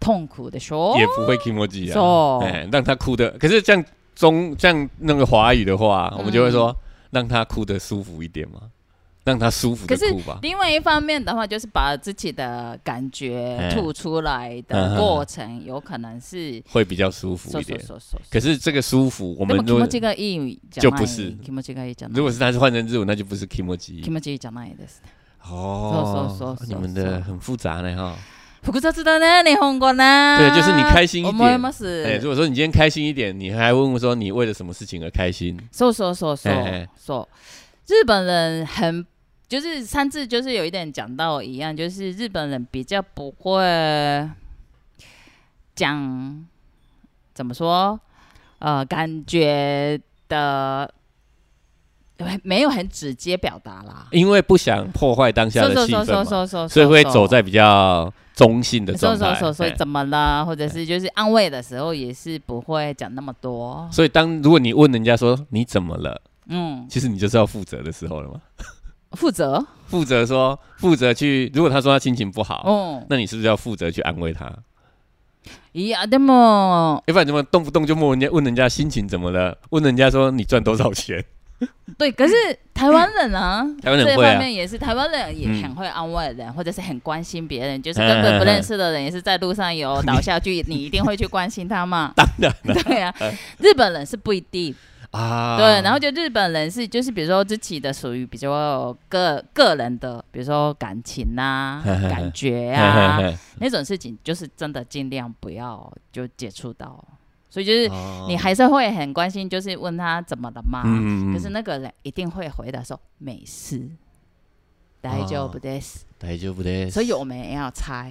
Speaker 2: 痛苦的说
Speaker 1: 也。不会 k i m o j i 啊，
Speaker 2: So
Speaker 1: 哎、让他哭的。可是这样中这样那个华语的话，我们就会说让他哭的舒服一点嘛，让他舒服的
Speaker 2: 可是
Speaker 1: 哭吧。
Speaker 2: 另外一方面的话，就是把自己的感觉
Speaker 1: 哎
Speaker 2: 吐出来
Speaker 1: 嗯
Speaker 2: 的
Speaker 1: 哼
Speaker 2: 过程，有可能是
Speaker 1: 会比较舒服
Speaker 2: 说
Speaker 1: 一
Speaker 2: 说
Speaker 1: 点。
Speaker 2: 说说。
Speaker 1: 可是这个舒服，我
Speaker 2: で
Speaker 1: 们
Speaker 2: も気
Speaker 1: 如果
Speaker 2: 持ちがいいじ
Speaker 1: 就
Speaker 2: ゃな
Speaker 1: 不是
Speaker 2: い。気持ちがいいじゃな
Speaker 1: 如
Speaker 2: い。
Speaker 1: 果是他是换成日文，那就不是 k i m o j
Speaker 2: 気
Speaker 1: i
Speaker 2: 持ちいいじゃないですね。
Speaker 1: 哦
Speaker 2: So, so, so, so,
Speaker 1: 你们的很复杂呢哈。
Speaker 2: 複雑だね、日本語ね。
Speaker 1: 对就是你开心一点
Speaker 2: 思いま
Speaker 1: 哎、
Speaker 2: す
Speaker 1: 如。果说你今天开心一点，你还问我说你为了什么事情而开心？
Speaker 2: そうそうそうそう、
Speaker 1: 哎
Speaker 2: そう。日本人很就是上次就是有一点讲到一样，就是日本人比较不会讲怎么说呃感觉的，没有很直接表达啦。
Speaker 1: 因为不想破坏当下
Speaker 2: 说
Speaker 1: 的
Speaker 2: 说
Speaker 1: 气
Speaker 2: 说
Speaker 1: 氛
Speaker 2: 说
Speaker 1: 嘛，
Speaker 2: 说说，
Speaker 1: 所以会走在比较中性的
Speaker 2: 说
Speaker 1: 状态。
Speaker 2: 说说，所以
Speaker 1: 哎
Speaker 2: 怎么了？或者是就是安慰的时候，也是不会讲那么多。
Speaker 1: 所以当如果你问人家说你怎么了，
Speaker 2: 嗯，
Speaker 1: 其实你就是要负责的时候了嘛。
Speaker 2: 负责，
Speaker 1: 负责说负责去，如果他说他心情不好，
Speaker 2: 哦，
Speaker 1: 那你是不是要负责去安慰他？
Speaker 2: いやでも
Speaker 1: 要不然怎么动不动就问人家问人家心情怎么了？问人家说你赚多少钱？
Speaker 2: 对，可是台湾人啊，
Speaker 1: 台湾人
Speaker 2: 这
Speaker 1: 会啊
Speaker 2: 方面也是，台湾人也
Speaker 1: 嗯
Speaker 2: 很会安慰人，或者是很关心别人，就是
Speaker 1: 嗯
Speaker 2: 根本不
Speaker 1: 嗯
Speaker 2: 认
Speaker 1: 嗯
Speaker 2: 识的人，也是在路上有倒下去，你一定会去关心他嘛。
Speaker 1: 当然了
Speaker 2: 对啊，日本人是不一定，
Speaker 1: 啊，
Speaker 2: 对，然后就日本人是就是比如说自己的属于比较个个人的，比如说感情 呐、
Speaker 1: 嘿嘿嘿
Speaker 2: 感觉
Speaker 1: 嘿
Speaker 2: 啊
Speaker 1: 嘿嘿
Speaker 2: 那种事情，就是真的尽量不要就接触到，所以就是
Speaker 1: 哦
Speaker 2: 你还是会很关心，就是问他怎么了嘛，
Speaker 1: 嗯
Speaker 2: 可是那个人一定会回答说没事。大丈夫です，
Speaker 1: 大丈夫です
Speaker 2: 所以我们也要猜。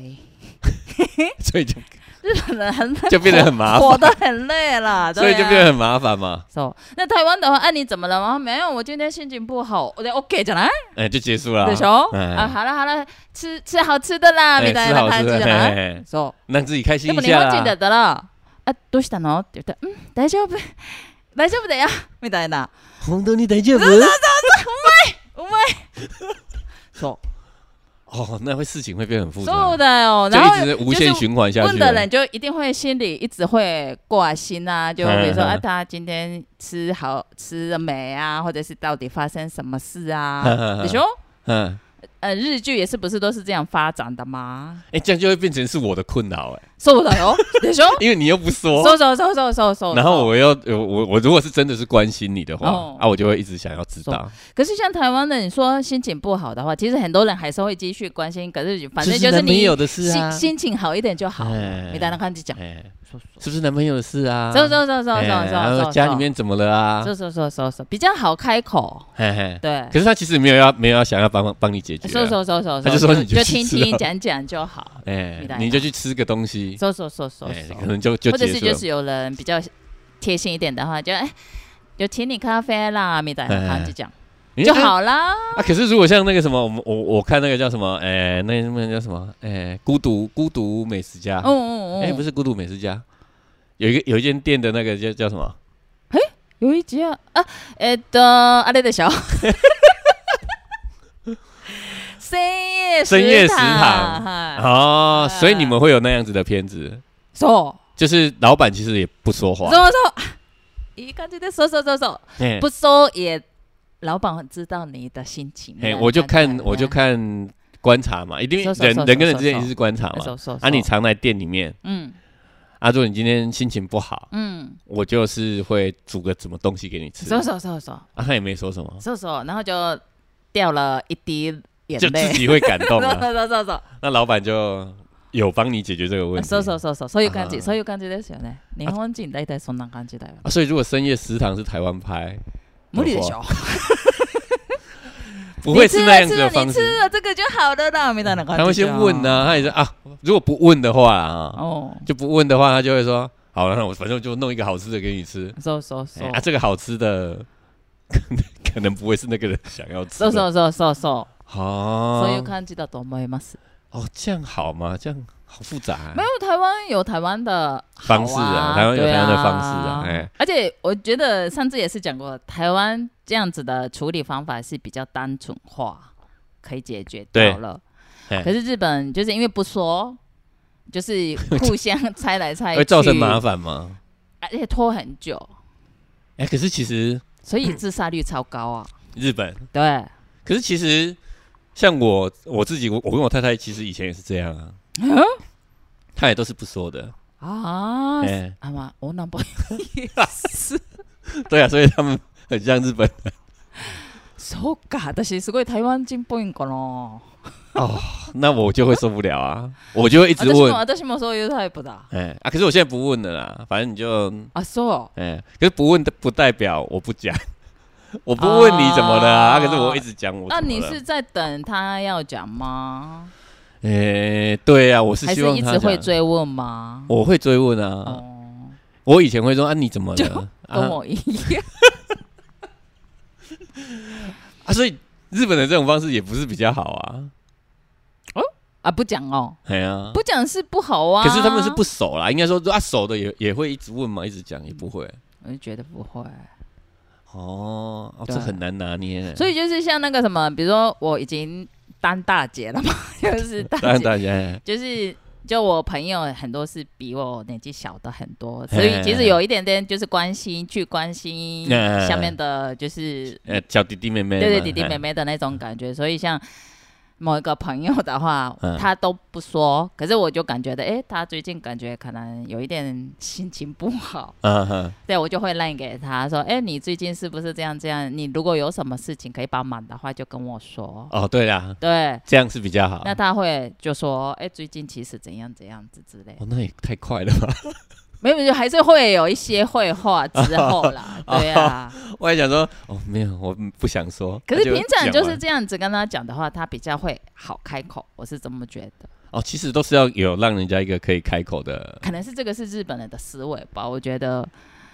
Speaker 1: 所以就
Speaker 2: 日本人很
Speaker 1: 就变得很麻
Speaker 2: 活
Speaker 1: 烦，
Speaker 2: 得很累 了，
Speaker 1: 所以就
Speaker 2: 对啊
Speaker 1: 变得很麻烦嘛，
Speaker 2: So，那台湾的话，啊，你怎么了吗？没有，我今天心情不好。我就 OK じゃない？
Speaker 1: 哎，就结束了啊。
Speaker 2: でしょ？
Speaker 1: 哎
Speaker 2: 啊，好了好了，吃吃好吃的啦，
Speaker 1: 哎
Speaker 2: みたい
Speaker 1: 吃
Speaker 2: な
Speaker 1: 好吃
Speaker 2: 感じ
Speaker 1: 的，
Speaker 2: じ
Speaker 1: 嘿
Speaker 2: ゃない？
Speaker 1: 嘿嘿
Speaker 2: そ
Speaker 1: 让自己开
Speaker 2: う。
Speaker 1: 心
Speaker 2: でも
Speaker 1: 一
Speaker 2: 日
Speaker 1: 下
Speaker 2: 本人だ
Speaker 1: 啦
Speaker 2: っ。たら、あ、どうしたのって言ったら、うん、大丈夫、 大丈夫だよ、みたいな。
Speaker 1: 红豆你大 丈夫？
Speaker 2: うまい。そ
Speaker 1: 哦，那会事情会变得很复
Speaker 2: う。
Speaker 1: 杂，
Speaker 2: そうだよ。然
Speaker 1: 就一
Speaker 2: 后
Speaker 1: 直无
Speaker 2: 就是
Speaker 1: 限循环下
Speaker 2: 问
Speaker 1: 去
Speaker 2: 的
Speaker 1: 了。
Speaker 2: 人就一定会心里一直会挂心啊，就比如说
Speaker 1: 嗯嗯
Speaker 2: 啊，他今天吃好吃了没啊，或者是到底发生什么事
Speaker 1: 嗯
Speaker 2: 啊
Speaker 1: 嗯？嗯
Speaker 2: 你说，
Speaker 1: 嗯，
Speaker 2: 呃，日剧也是不是都是这样发展的吗？
Speaker 1: 哎，这样就会变成是我的困扰哎，
Speaker 2: そうだよ。でし ょ？
Speaker 1: 因为你又不说，
Speaker 2: そうそうそうそうそうそう。
Speaker 1: 然后我又我我我如果是真的是关心你的话
Speaker 2: 哦，
Speaker 1: 啊，我就会一直想要知道，
Speaker 2: 可是像台湾的，你说心情不好的话，其实很多人还是会继续关心，可是反正就
Speaker 1: 男朋
Speaker 2: 你
Speaker 1: 友的事
Speaker 2: 心
Speaker 1: 啊，
Speaker 2: 心情好一点就好了。
Speaker 1: 哎
Speaker 2: 你当他看就讲，
Speaker 1: 哎，
Speaker 2: そうそう
Speaker 1: 是不是男朋友的事啊？
Speaker 2: そうそうそうそう
Speaker 1: 哎
Speaker 2: そ
Speaker 1: 然
Speaker 2: うそうそ
Speaker 1: 后
Speaker 2: う。
Speaker 1: 家里面怎么了啊？
Speaker 2: そうそうそうそうそう比较好开口，
Speaker 1: 嘿嘿。
Speaker 2: 对。
Speaker 1: 可是他其实没有要没有要想要帮帮你解决啊，
Speaker 2: 说说说说，
Speaker 1: 他就说你就
Speaker 2: 就
Speaker 1: 去
Speaker 2: 听
Speaker 1: 吃
Speaker 2: 听
Speaker 1: 了
Speaker 2: 讲讲 就好。
Speaker 1: 哎
Speaker 2: 你来，
Speaker 1: 你就去吃个东西，
Speaker 2: 说说说说
Speaker 1: 哎，
Speaker 2: 说，
Speaker 1: 可能就就
Speaker 2: 或者是
Speaker 1: 结束
Speaker 2: 就
Speaker 1: 了。
Speaker 2: 是有人比较贴心一点的话，就哎，就请你咖啡啦，みたいな感じ讲
Speaker 1: 你
Speaker 2: 就
Speaker 1: 看
Speaker 2: 好啦。
Speaker 1: 哎啊。可是如果像那个什么，我们我我看那个叫什么，哎，那那叫什么，哎，孤独孤独美食家
Speaker 2: 嗯，嗯嗯，
Speaker 1: 哎，不
Speaker 2: 是
Speaker 1: 是孤独美食家，有一个有一间店的那个叫叫什么？
Speaker 2: 有一集啊啊，えっとあれでしょ。深夜
Speaker 1: 深夜食堂
Speaker 2: 堂，
Speaker 1: 哦，
Speaker 2: 哎
Speaker 1: 所以你们会有那样子的片子，
Speaker 2: そう
Speaker 1: 就是老板其实也不说
Speaker 2: そう
Speaker 1: 话，
Speaker 2: そう。いい感じでそうそうそうそう，
Speaker 1: 哎
Speaker 2: 不说也老板知道你啊的心情。
Speaker 1: 哎，我就看我就
Speaker 2: 看。
Speaker 1: 看观察嘛，一定
Speaker 2: 搜搜
Speaker 1: 人
Speaker 2: 搜
Speaker 1: 人跟人
Speaker 2: 搜
Speaker 1: 之间
Speaker 2: 搜
Speaker 1: 也是观察嘛。
Speaker 2: 手手
Speaker 1: 啊，你常来店里面，
Speaker 2: 嗯
Speaker 1: 啊，如果你今天心情不好。
Speaker 2: 嗯，
Speaker 1: 我就是会煮个什么东西给你吃。
Speaker 2: 手手手手
Speaker 1: 啊，他也没说什么，
Speaker 2: 手手，然后就掉了一滴眼
Speaker 1: 就自
Speaker 2: 泪。
Speaker 1: 己会感
Speaker 2: 手
Speaker 1: 动 啊。
Speaker 2: 手手手
Speaker 1: 那老板就有帮你解决这个问题。
Speaker 2: 啊手手手手，そういう感じ
Speaker 1: あー
Speaker 2: そういう感じですよね。日本人大体そんな感じだよ。
Speaker 1: 啊，所以如果深夜食堂是台湾拍，
Speaker 2: 無理でしょ。
Speaker 1: 不会
Speaker 2: 你
Speaker 1: 是
Speaker 2: 吃了
Speaker 1: 那样子的
Speaker 2: 吃了
Speaker 1: 方
Speaker 2: 你
Speaker 1: 式。
Speaker 2: 吃了这个就好了啦，みたいな感じ。
Speaker 1: 他会先问呢、。啊，他也是啊，如果不问的话啊，
Speaker 2: 哦，
Speaker 1: 就不问的话，他就会说，好了，那我反正就弄一个好吃的给你吃。
Speaker 2: そうそうそ
Speaker 1: 哎
Speaker 2: う
Speaker 1: 啊，。这个好吃的。 可能可能不会是那个人想要吃
Speaker 2: そう
Speaker 1: 的，
Speaker 2: そうそうそうそう。そういう
Speaker 1: 哦，
Speaker 2: 感じだと思います。
Speaker 1: 哦，这样好吗？这样好复杂、啊。
Speaker 2: 没有台湾有台湾的好
Speaker 1: 方式啊台湾有
Speaker 2: 对
Speaker 1: 台湾的方式啊哎
Speaker 2: 而且我觉得上次也是讲过，台湾这样子的处理方法是比较单纯化，可以解决掉了。
Speaker 1: 嘿
Speaker 2: 可是日本就是因为不说，就是互相猜来猜去，
Speaker 1: 会造成麻，烦吗？
Speaker 2: 而且拖很久，
Speaker 1: 哎、可是其实
Speaker 2: 所以自杀率超高啊。
Speaker 1: 日本
Speaker 2: 对，
Speaker 1: 可是其实像我我自己，我我跟我太太其实以前也是这样啊，她也都是不说的，
Speaker 2: 啊
Speaker 1: 哎、，
Speaker 2: 啊嘛，我男朋友也是。
Speaker 1: 对啊，所以他们很像日本 人
Speaker 2: そうか、私すごい台湾人っぽいんかな。
Speaker 1: 哦，那我就会受不了啊，我就会一直
Speaker 2: 私も
Speaker 1: 问，
Speaker 2: 私もそういうタイプだ。
Speaker 1: 哎、啊，可是我现在不问了啦，反正你就
Speaker 2: あ、そう。
Speaker 1: 哎、可是不问的不代表我不讲， 我不问你怎么了啊，
Speaker 2: 啊
Speaker 1: 啊可是我一直讲我
Speaker 2: 那
Speaker 1: 怎么
Speaker 2: 你
Speaker 1: 了
Speaker 2: 是，在等他要讲吗？
Speaker 1: 哎、对啊，我是
Speaker 2: 还
Speaker 1: 希
Speaker 2: 是
Speaker 1: 望
Speaker 2: 一
Speaker 1: 她
Speaker 2: 直会
Speaker 1: 讲，
Speaker 2: 追问吗？
Speaker 1: 我会追问啊。
Speaker 2: 哦，
Speaker 1: 我以前会说啊，你怎么
Speaker 2: 就
Speaker 1: 了？
Speaker 2: 跟
Speaker 1: 啊
Speaker 2: 我一样。
Speaker 1: 啊，所以日本的这种方式也不是比较好啊，
Speaker 2: 啊，不讲哦，
Speaker 1: 哎呀、
Speaker 2: 不讲是不好啊。
Speaker 1: 可是他们是不，熟啦，应该说啊熟的也也会一直问嘛，一直讲也不会
Speaker 2: 我就觉得不会。
Speaker 1: 哦，哦
Speaker 2: 对
Speaker 1: 这很难拿捏。
Speaker 2: 所
Speaker 1: 以
Speaker 2: 以就是像那个什么，比如说我已经当大姐了嘛， 就是
Speaker 1: 当
Speaker 2: 大
Speaker 1: 然
Speaker 2: 姐，
Speaker 1: 大家
Speaker 2: 就是就我朋友很多是比我年纪小的很多，
Speaker 1: 嘿
Speaker 2: 所以其实有一点点就是关心，去关心
Speaker 1: 嗯
Speaker 2: 下面的就是
Speaker 1: 呃叫弟弟妹妹嘛，
Speaker 2: 对对弟弟
Speaker 1: 哎
Speaker 2: 妹，妹的那种感觉。所以像某一个朋友的话
Speaker 1: 嗯，
Speaker 2: 他都不说，可是我就感觉的，诶，他最近感觉可能有一点心情不好，
Speaker 1: 嗯哼，
Speaker 2: 对我就会赖给他说，诶，你最近是不是这样这样？你如果有什么事情可以帮忙的话，就跟我说。
Speaker 1: 哦对啦，
Speaker 2: 对，
Speaker 1: 这样是比较好。
Speaker 2: 那他会就说，诶，最近其实怎样怎样子之类的
Speaker 1: 哦，那也太快了吧！
Speaker 2: 没有，没有还是会有一些绘画之后啦，对啊。
Speaker 1: 我还想说，哦，没有，我不想说。
Speaker 2: 可是
Speaker 1: 那
Speaker 2: 平常
Speaker 1: 讲
Speaker 2: 就
Speaker 1: 完
Speaker 2: 是这样子跟他讲的话，他比较会好开口，我是这么觉得。
Speaker 1: 哦，其实都是要有让人家一个可以开口的。
Speaker 2: 可能是这个是日本人的思维吧，我觉得。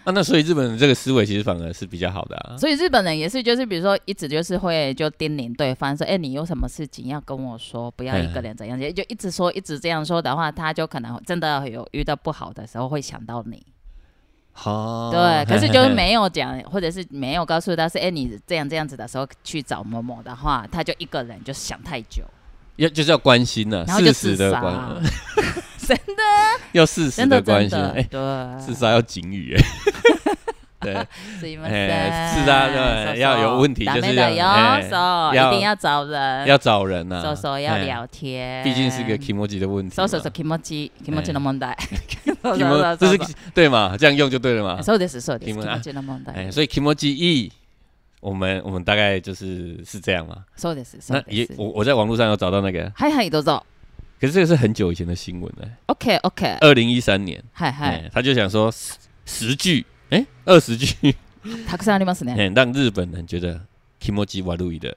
Speaker 1: 啊，那所以日本人这个思维其实反而是比较好的啊。
Speaker 2: 所以日本人也是，就是比如说一直就是会就叮咛对方说，哎、你有什么事情要跟我说，不要一个人怎样，就一直说一直这样说的话，他就可能真的有遇到不好的时候会想到你。
Speaker 1: 好，
Speaker 2: 对，可是就是
Speaker 1: 哦嘿嘿嘿
Speaker 2: 没有讲，或者是没有告诉他是，哎、你这样这样子的时候去找某某的话，他就一个人就想太久，
Speaker 1: 要就是要关心呢、
Speaker 2: 然后就
Speaker 1: 事
Speaker 2: 自
Speaker 1: 实
Speaker 2: 杀
Speaker 1: 的
Speaker 2: 啊。
Speaker 1: 关，
Speaker 2: 真的，啊
Speaker 1: 要事实
Speaker 2: 真的，
Speaker 1: 关
Speaker 2: 真
Speaker 1: 心啊。
Speaker 2: 的，
Speaker 1: 哎，
Speaker 2: 对，
Speaker 1: 自杀要警语哎。对，
Speaker 2: すいません
Speaker 1: 哎是啊对
Speaker 2: 搜索
Speaker 1: 要有问题
Speaker 2: ダ
Speaker 1: 就是
Speaker 2: メだ
Speaker 1: 要哎
Speaker 2: よ，搜
Speaker 1: 要
Speaker 2: 一定要找 人，
Speaker 1: 要找人啊。
Speaker 2: 搜索呃要
Speaker 1: 哎，
Speaker 2: 聊呃 天，
Speaker 1: 毕竟是个 i m o j i 的问题嘛。
Speaker 2: 搜索是気持ち 気持ちの問題，
Speaker 1: i m o 这是对嘛？这样用就对了嘛。
Speaker 2: そうですそうです
Speaker 1: 気
Speaker 2: 気
Speaker 1: 持
Speaker 2: 持
Speaker 1: ち
Speaker 2: ちの問
Speaker 1: 哎，
Speaker 2: 題，
Speaker 1: 所以 i m o j i 我们我们大概就是是这样嘛。
Speaker 2: そうですそ
Speaker 1: 那
Speaker 2: うで
Speaker 1: 也
Speaker 2: す。
Speaker 1: 我我在网络上有找到那个，
Speaker 2: はいはいどうぞ。
Speaker 1: 可是这个是很久以前的新闻了，
Speaker 2: OK OK，
Speaker 1: 二零一三年。
Speaker 2: はいはい、
Speaker 1: 哎，他就想说十十句，哎，二十句，
Speaker 2: たくさんありますね。
Speaker 1: 哎，让日本人觉得 “kimoji w a r 的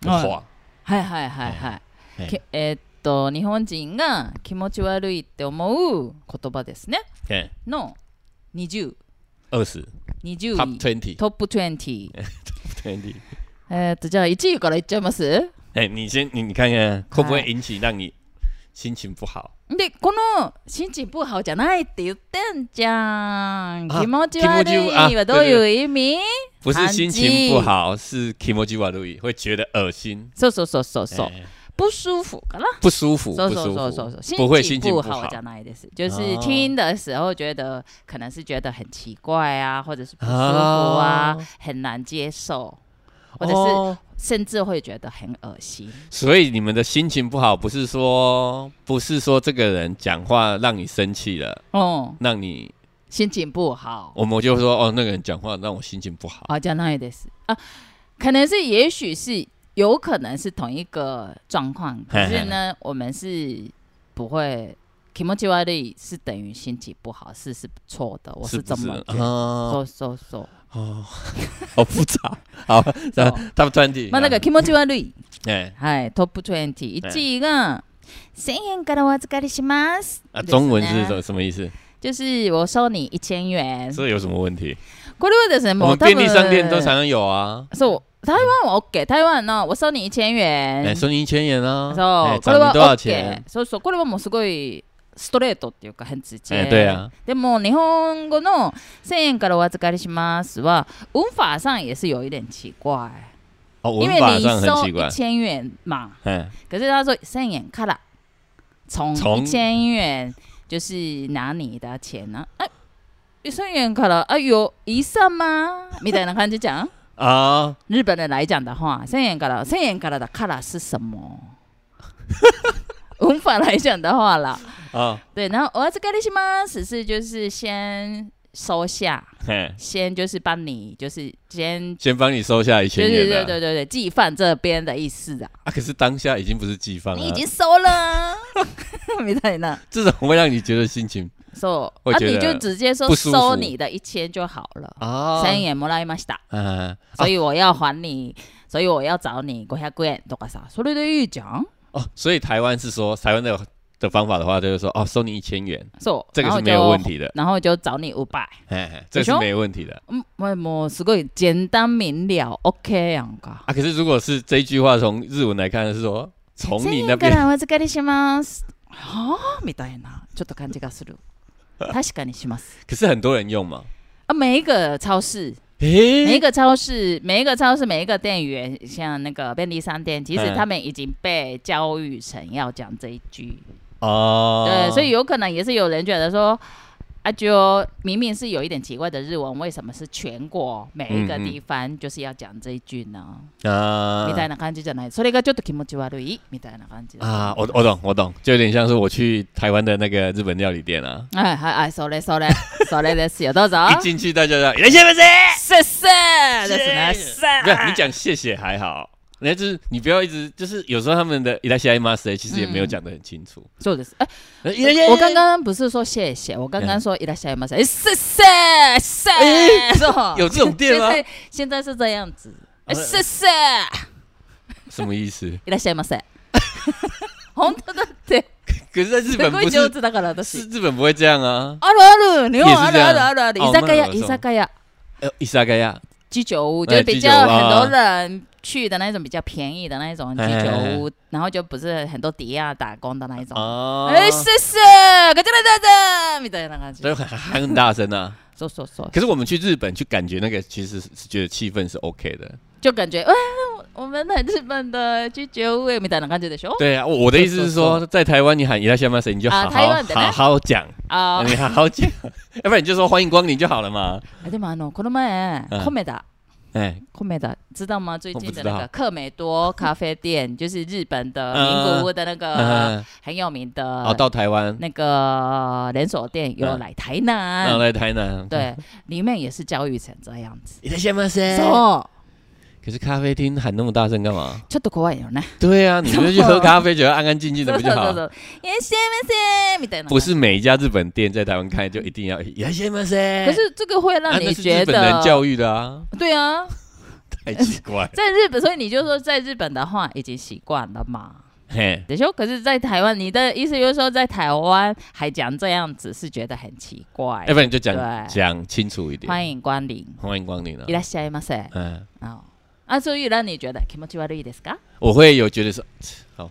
Speaker 1: 的话，
Speaker 2: はいはいはいは
Speaker 1: 哎
Speaker 2: い。きえーっと日本人が気持ち悪いって思う言葉ですね。
Speaker 1: 哎，
Speaker 2: の20、
Speaker 1: 二十 top
Speaker 2: 20位
Speaker 1: twenty
Speaker 2: トップ20。
Speaker 1: twenty，
Speaker 2: えーっとじゃあ1位からいっちゃいます。
Speaker 1: 哎，你先你你看看会不会引起让你心情不好？
Speaker 2: でこの「心地不好じゃない」って言ってんじゃん
Speaker 1: あ
Speaker 2: 気持ち
Speaker 1: 気持
Speaker 2: 悪
Speaker 1: ち悪い
Speaker 2: いはどういう意味
Speaker 1: 不是心情不好，是 “kimoji w a r 会觉得恶心，
Speaker 2: そうそうそうそうそう
Speaker 1: 哎
Speaker 2: 不舒服かな
Speaker 1: 不舒服，
Speaker 2: そう
Speaker 1: 不
Speaker 2: そう
Speaker 1: 舒
Speaker 2: そうそ
Speaker 1: 服，
Speaker 2: う
Speaker 1: 不会心情
Speaker 2: 不
Speaker 1: 不
Speaker 2: 好
Speaker 1: 好
Speaker 2: じゃないです就是
Speaker 1: 哦
Speaker 2: 听的时候觉得可能是觉得很奇怪啊或者是不舒服啊
Speaker 1: 哦
Speaker 2: 很难接受或者是
Speaker 1: 哦。
Speaker 2: 甚至会觉得很恶心
Speaker 1: 所以你们的心情不好，不是说不是说这个人讲话让你生气了，
Speaker 2: うん
Speaker 1: 让你
Speaker 2: 心情不好
Speaker 1: 我们就说哦，那个人讲话让我心情不好。
Speaker 2: 啊，じゃないです啊，可能是，也许是，有可能是同一个状况，可是呢，我们是不会。気持ち悪い是等于心情不好，是是错的，我
Speaker 1: 是不
Speaker 2: 这么
Speaker 1: 是
Speaker 2: 觉得。
Speaker 1: 啊？
Speaker 2: 说说说，
Speaker 1: 哦， 好复杂。 好，
Speaker 2: 哦
Speaker 1: 那 Top Twenty，
Speaker 2: まあなんか気持ち悪い。
Speaker 1: 哎
Speaker 2: はい、トップ20。1位が1000円からお預かりします。
Speaker 1: 啊，中文是
Speaker 2: です
Speaker 1: 什
Speaker 2: ね
Speaker 1: 什么意思？
Speaker 2: 就是我收你1000円。
Speaker 1: 这有什么问题？
Speaker 2: これはですね、
Speaker 1: 我
Speaker 2: もう
Speaker 1: 们
Speaker 2: 多
Speaker 1: 便
Speaker 2: 分
Speaker 1: 利商店都常常有啊。
Speaker 2: そう、台湾は OK。台湾の我收你1000円。
Speaker 1: 哎，收你一千元啊！
Speaker 2: そ
Speaker 1: 哎
Speaker 2: う、これ
Speaker 1: 涨
Speaker 2: は
Speaker 1: 你多少
Speaker 2: OK
Speaker 1: 钱？。
Speaker 2: そうそう、これはもうすごいストレートっていうか、很直接。
Speaker 1: 哎，对啊，
Speaker 2: でも日本語の1000円からお預かりしますは、文法上也是有一点奇怪。
Speaker 1: 哦，文
Speaker 2: 因为
Speaker 1: 法
Speaker 2: 你
Speaker 1: 上很
Speaker 2: 收
Speaker 1: 奇怪
Speaker 2: 一。千元嘛，
Speaker 1: 哎，
Speaker 2: 可是他说1000円から。从
Speaker 1: 从
Speaker 2: 一千元就是拿你的钱呢、啊。哎、1000円から、あ、有一様みたいな感じじゃん
Speaker 1: 啊，
Speaker 2: 日本人来讲的话，千円から千円から的から是什么？文法来讲的话啦，
Speaker 1: 啊，
Speaker 2: 对，然后我这个你什么？只是就是先收下，
Speaker 1: 嘿，
Speaker 2: 先就是帮你，就是先
Speaker 1: 先帮你收下一
Speaker 2: 就
Speaker 1: 千
Speaker 2: 是对
Speaker 1: 元
Speaker 2: 对
Speaker 1: 的
Speaker 2: 对对，寄放这边的意思啊，
Speaker 1: 啊。可是当下已经不是寄放
Speaker 2: 你
Speaker 1: 了
Speaker 2: 已，经收了啊，みたいな，
Speaker 1: 这种会让你觉得心情
Speaker 2: so
Speaker 1: 我
Speaker 2: 啊，
Speaker 1: 觉得
Speaker 2: 你就直接说
Speaker 1: 不舒服
Speaker 2: 收你的一千就好了，
Speaker 1: 啊。
Speaker 2: 千円もらいました，
Speaker 1: 啊，
Speaker 2: 所以我要还你，所以我要找你五百円とかさ、それでいいじゃん。
Speaker 1: 哦，所以台湾是说台湾的的方法的话，就是说哦，收你一千元，
Speaker 2: そう。
Speaker 1: 这个
Speaker 2: 然
Speaker 1: 是
Speaker 2: 后
Speaker 1: 没有
Speaker 2: 就
Speaker 1: 问题的，
Speaker 2: 然后就找你五百。
Speaker 1: 哎，嘿这个是没有问题的
Speaker 2: 嗯，我もうすごい简单明了，OK やんか。
Speaker 1: 啊。可是如果是这一句话从日文来看，是说从你那
Speaker 2: 千円か
Speaker 1: 边
Speaker 2: らお預かりします。はあみたいなちょっと感 じがする。確かにします。
Speaker 1: 可是很多人用嘛。
Speaker 2: 啊，每一个超市，
Speaker 1: 诶、
Speaker 2: 每一个超市，每一个超市，每一个店员，像那个便利商店，其实
Speaker 1: 嗯
Speaker 2: 他们已经被教育成要讲这一句。
Speaker 1: 哦，
Speaker 2: 对，所以有可能也是有人觉得说，阿啾明明是有一点奇怪的日文，为什么是全国每一个
Speaker 1: 嗯嗯
Speaker 2: 地方就是要讲这一句呢？
Speaker 1: 啊
Speaker 2: みたいな感じじゃない。それがちょっと気持ち悪いみたいな感じ。
Speaker 1: 啊，我我懂我懂，就有点像是我去台湾的那个日本料理店啊，
Speaker 2: 哎哎哎，それそ れそれですよ。どうぞ。
Speaker 1: 一进去大家就，人先不是？
Speaker 2: 谢谢ですね。
Speaker 1: 不是你讲谢谢还好，那就是你不要一直就是有时候他们的伊达西埃马斯其实也没有讲得很清楚。
Speaker 2: そうです。哎，
Speaker 1: いらっしゃい
Speaker 2: 我刚刚不是说谢谢，我刚刚说いらっしゃいませ。哎谢谢谢
Speaker 1: 哎
Speaker 2: 谢。そう
Speaker 1: 有这种店吗
Speaker 2: 现在现在是这样子。哎
Speaker 1: 啊
Speaker 2: 谢谢。
Speaker 1: 什么意思？
Speaker 2: いらっしゃいませ。 本当だって。
Speaker 1: 可是在日
Speaker 2: す
Speaker 1: 本
Speaker 2: ご
Speaker 1: 不
Speaker 2: い上
Speaker 1: 是
Speaker 2: 手だから
Speaker 1: 是
Speaker 2: 私。
Speaker 1: 日本不会这样 啊。
Speaker 2: あるある、日本
Speaker 1: 也
Speaker 2: あ
Speaker 1: 是这
Speaker 2: る
Speaker 1: 样
Speaker 2: あるあるある。
Speaker 1: 哦
Speaker 2: 居酒
Speaker 1: 那
Speaker 2: 屋
Speaker 1: 有
Speaker 2: 居
Speaker 1: 什么
Speaker 2: 酒屋
Speaker 1: 呃，伊萨盖
Speaker 2: 哦
Speaker 1: 亚
Speaker 2: 居酒屋，
Speaker 1: 哎
Speaker 2: 就是比
Speaker 1: 居酒屋
Speaker 2: 较很
Speaker 1: 啊
Speaker 2: 多人去的那种比较便宜的那种居
Speaker 1: 哎哎哎
Speaker 2: 酒屋，然后就不是很多抵押打工的那一种。
Speaker 1: 哦，
Speaker 2: 哎，谢谢，感谢大家，みたいな感じ。
Speaker 1: 都喊喊很大声啊。
Speaker 2: 说说说，
Speaker 1: 可是我们去日本去感觉那个，其实是是觉得气氛是 OK 的。
Speaker 2: 就感觉哎，我我们很日本的居酒屋みたいな感じでしょ？
Speaker 1: 对啊，我我的意思是说，在台湾你喊伊拉西马谁，你就
Speaker 2: 啊
Speaker 1: 好
Speaker 2: 台
Speaker 1: 好
Speaker 2: 湾的呢
Speaker 1: 好好讲，
Speaker 2: 啊，
Speaker 1: 你好好讲， 哎要不然你就说欢迎光临就好了嘛。
Speaker 2: 哎でもあのこの前
Speaker 1: 嗯
Speaker 2: コメダ
Speaker 1: 哎，
Speaker 2: コメダ知道吗？最
Speaker 1: 我不
Speaker 2: 近
Speaker 1: 知
Speaker 2: 的
Speaker 1: 道
Speaker 2: 那个克美多咖啡店，就是日本的名古屋的那个
Speaker 1: 嗯
Speaker 2: 很有名
Speaker 1: 然后
Speaker 2: 的
Speaker 1: 到台湾，
Speaker 2: 那个连锁店，有
Speaker 1: 嗯
Speaker 2: 来台
Speaker 1: 然后
Speaker 2: 南。
Speaker 1: 来台南，，
Speaker 2: 对，里面也是教育成这样子。
Speaker 1: 伊拉西马谁？
Speaker 2: そう
Speaker 1: 可是咖啡厅喊那么大声干 嘛？
Speaker 2: ちょっと怖いよね。
Speaker 1: 对啊，你就去喝咖啡，觉得安安静静 的
Speaker 2: そう
Speaker 1: 不就
Speaker 2: そうそう
Speaker 1: 好
Speaker 2: そ？う。いらっしゃいませみたいな。
Speaker 1: 不是。每一家日本店在台湾开就一定要伊拉西马谁？
Speaker 2: 可是这个会
Speaker 1: 啊
Speaker 2: 让
Speaker 1: 那
Speaker 2: 你
Speaker 1: 是日
Speaker 2: 觉
Speaker 1: 本人
Speaker 2: 得，
Speaker 1: 教育的啊，
Speaker 2: 对啊，
Speaker 1: 太奇怪。
Speaker 2: 在日本，所以你就说在日本的话已经习惯了嘛，
Speaker 1: 嘿，
Speaker 2: 对就可是，在台湾，你的意思就是说，在台湾还讲这样子是觉得很奇怪
Speaker 1: 哎要。不然你就讲
Speaker 2: 对
Speaker 1: 讲清楚一点。
Speaker 2: 欢迎光临，
Speaker 1: 欢迎光临啊
Speaker 2: い！らっしゃいませ。
Speaker 1: 嗯，
Speaker 2: 哦，啊，所以让你觉得気持ち悪いですか？
Speaker 1: 我会有觉得说，好，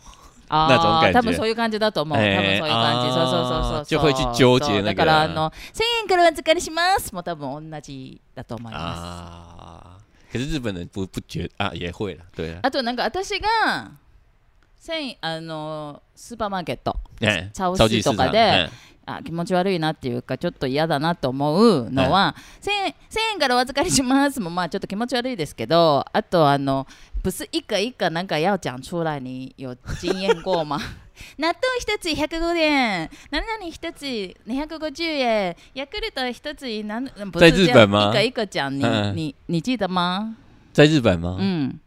Speaker 2: あ
Speaker 1: 那种感觉
Speaker 2: 多分そういう感じだと思う。多
Speaker 1: えー
Speaker 2: 分そういう感じ。そうそうそうそうそう。
Speaker 1: 就会去纠结
Speaker 2: そう
Speaker 1: 那个
Speaker 2: だからあの千円からお預かりしますもう多分同じだと思います。
Speaker 1: 啊，可是日本人不不觉啊，也会了，对啊，
Speaker 2: あとなんか私が千円あのスーパーマーケット
Speaker 1: 哎
Speaker 2: 超市
Speaker 1: 超级市
Speaker 2: と
Speaker 1: 场哎
Speaker 2: か，であ気持ち悪いなっていうかちょっと嫌だなと思うのは千円千円からお預かりしますもまあちょっと気持ち悪いですけどあとあの不是一个一个なんか要讲出来に有经验过 吗？納豆一つ105円、何々一つ250円、ヤクルト一つ何不
Speaker 1: 在
Speaker 2: 是
Speaker 1: 日
Speaker 2: 这样
Speaker 1: 本吗
Speaker 2: 一个一个讲，你
Speaker 1: 嗯
Speaker 2: 你你记得吗？
Speaker 1: 在日本吗？
Speaker 2: 嗯，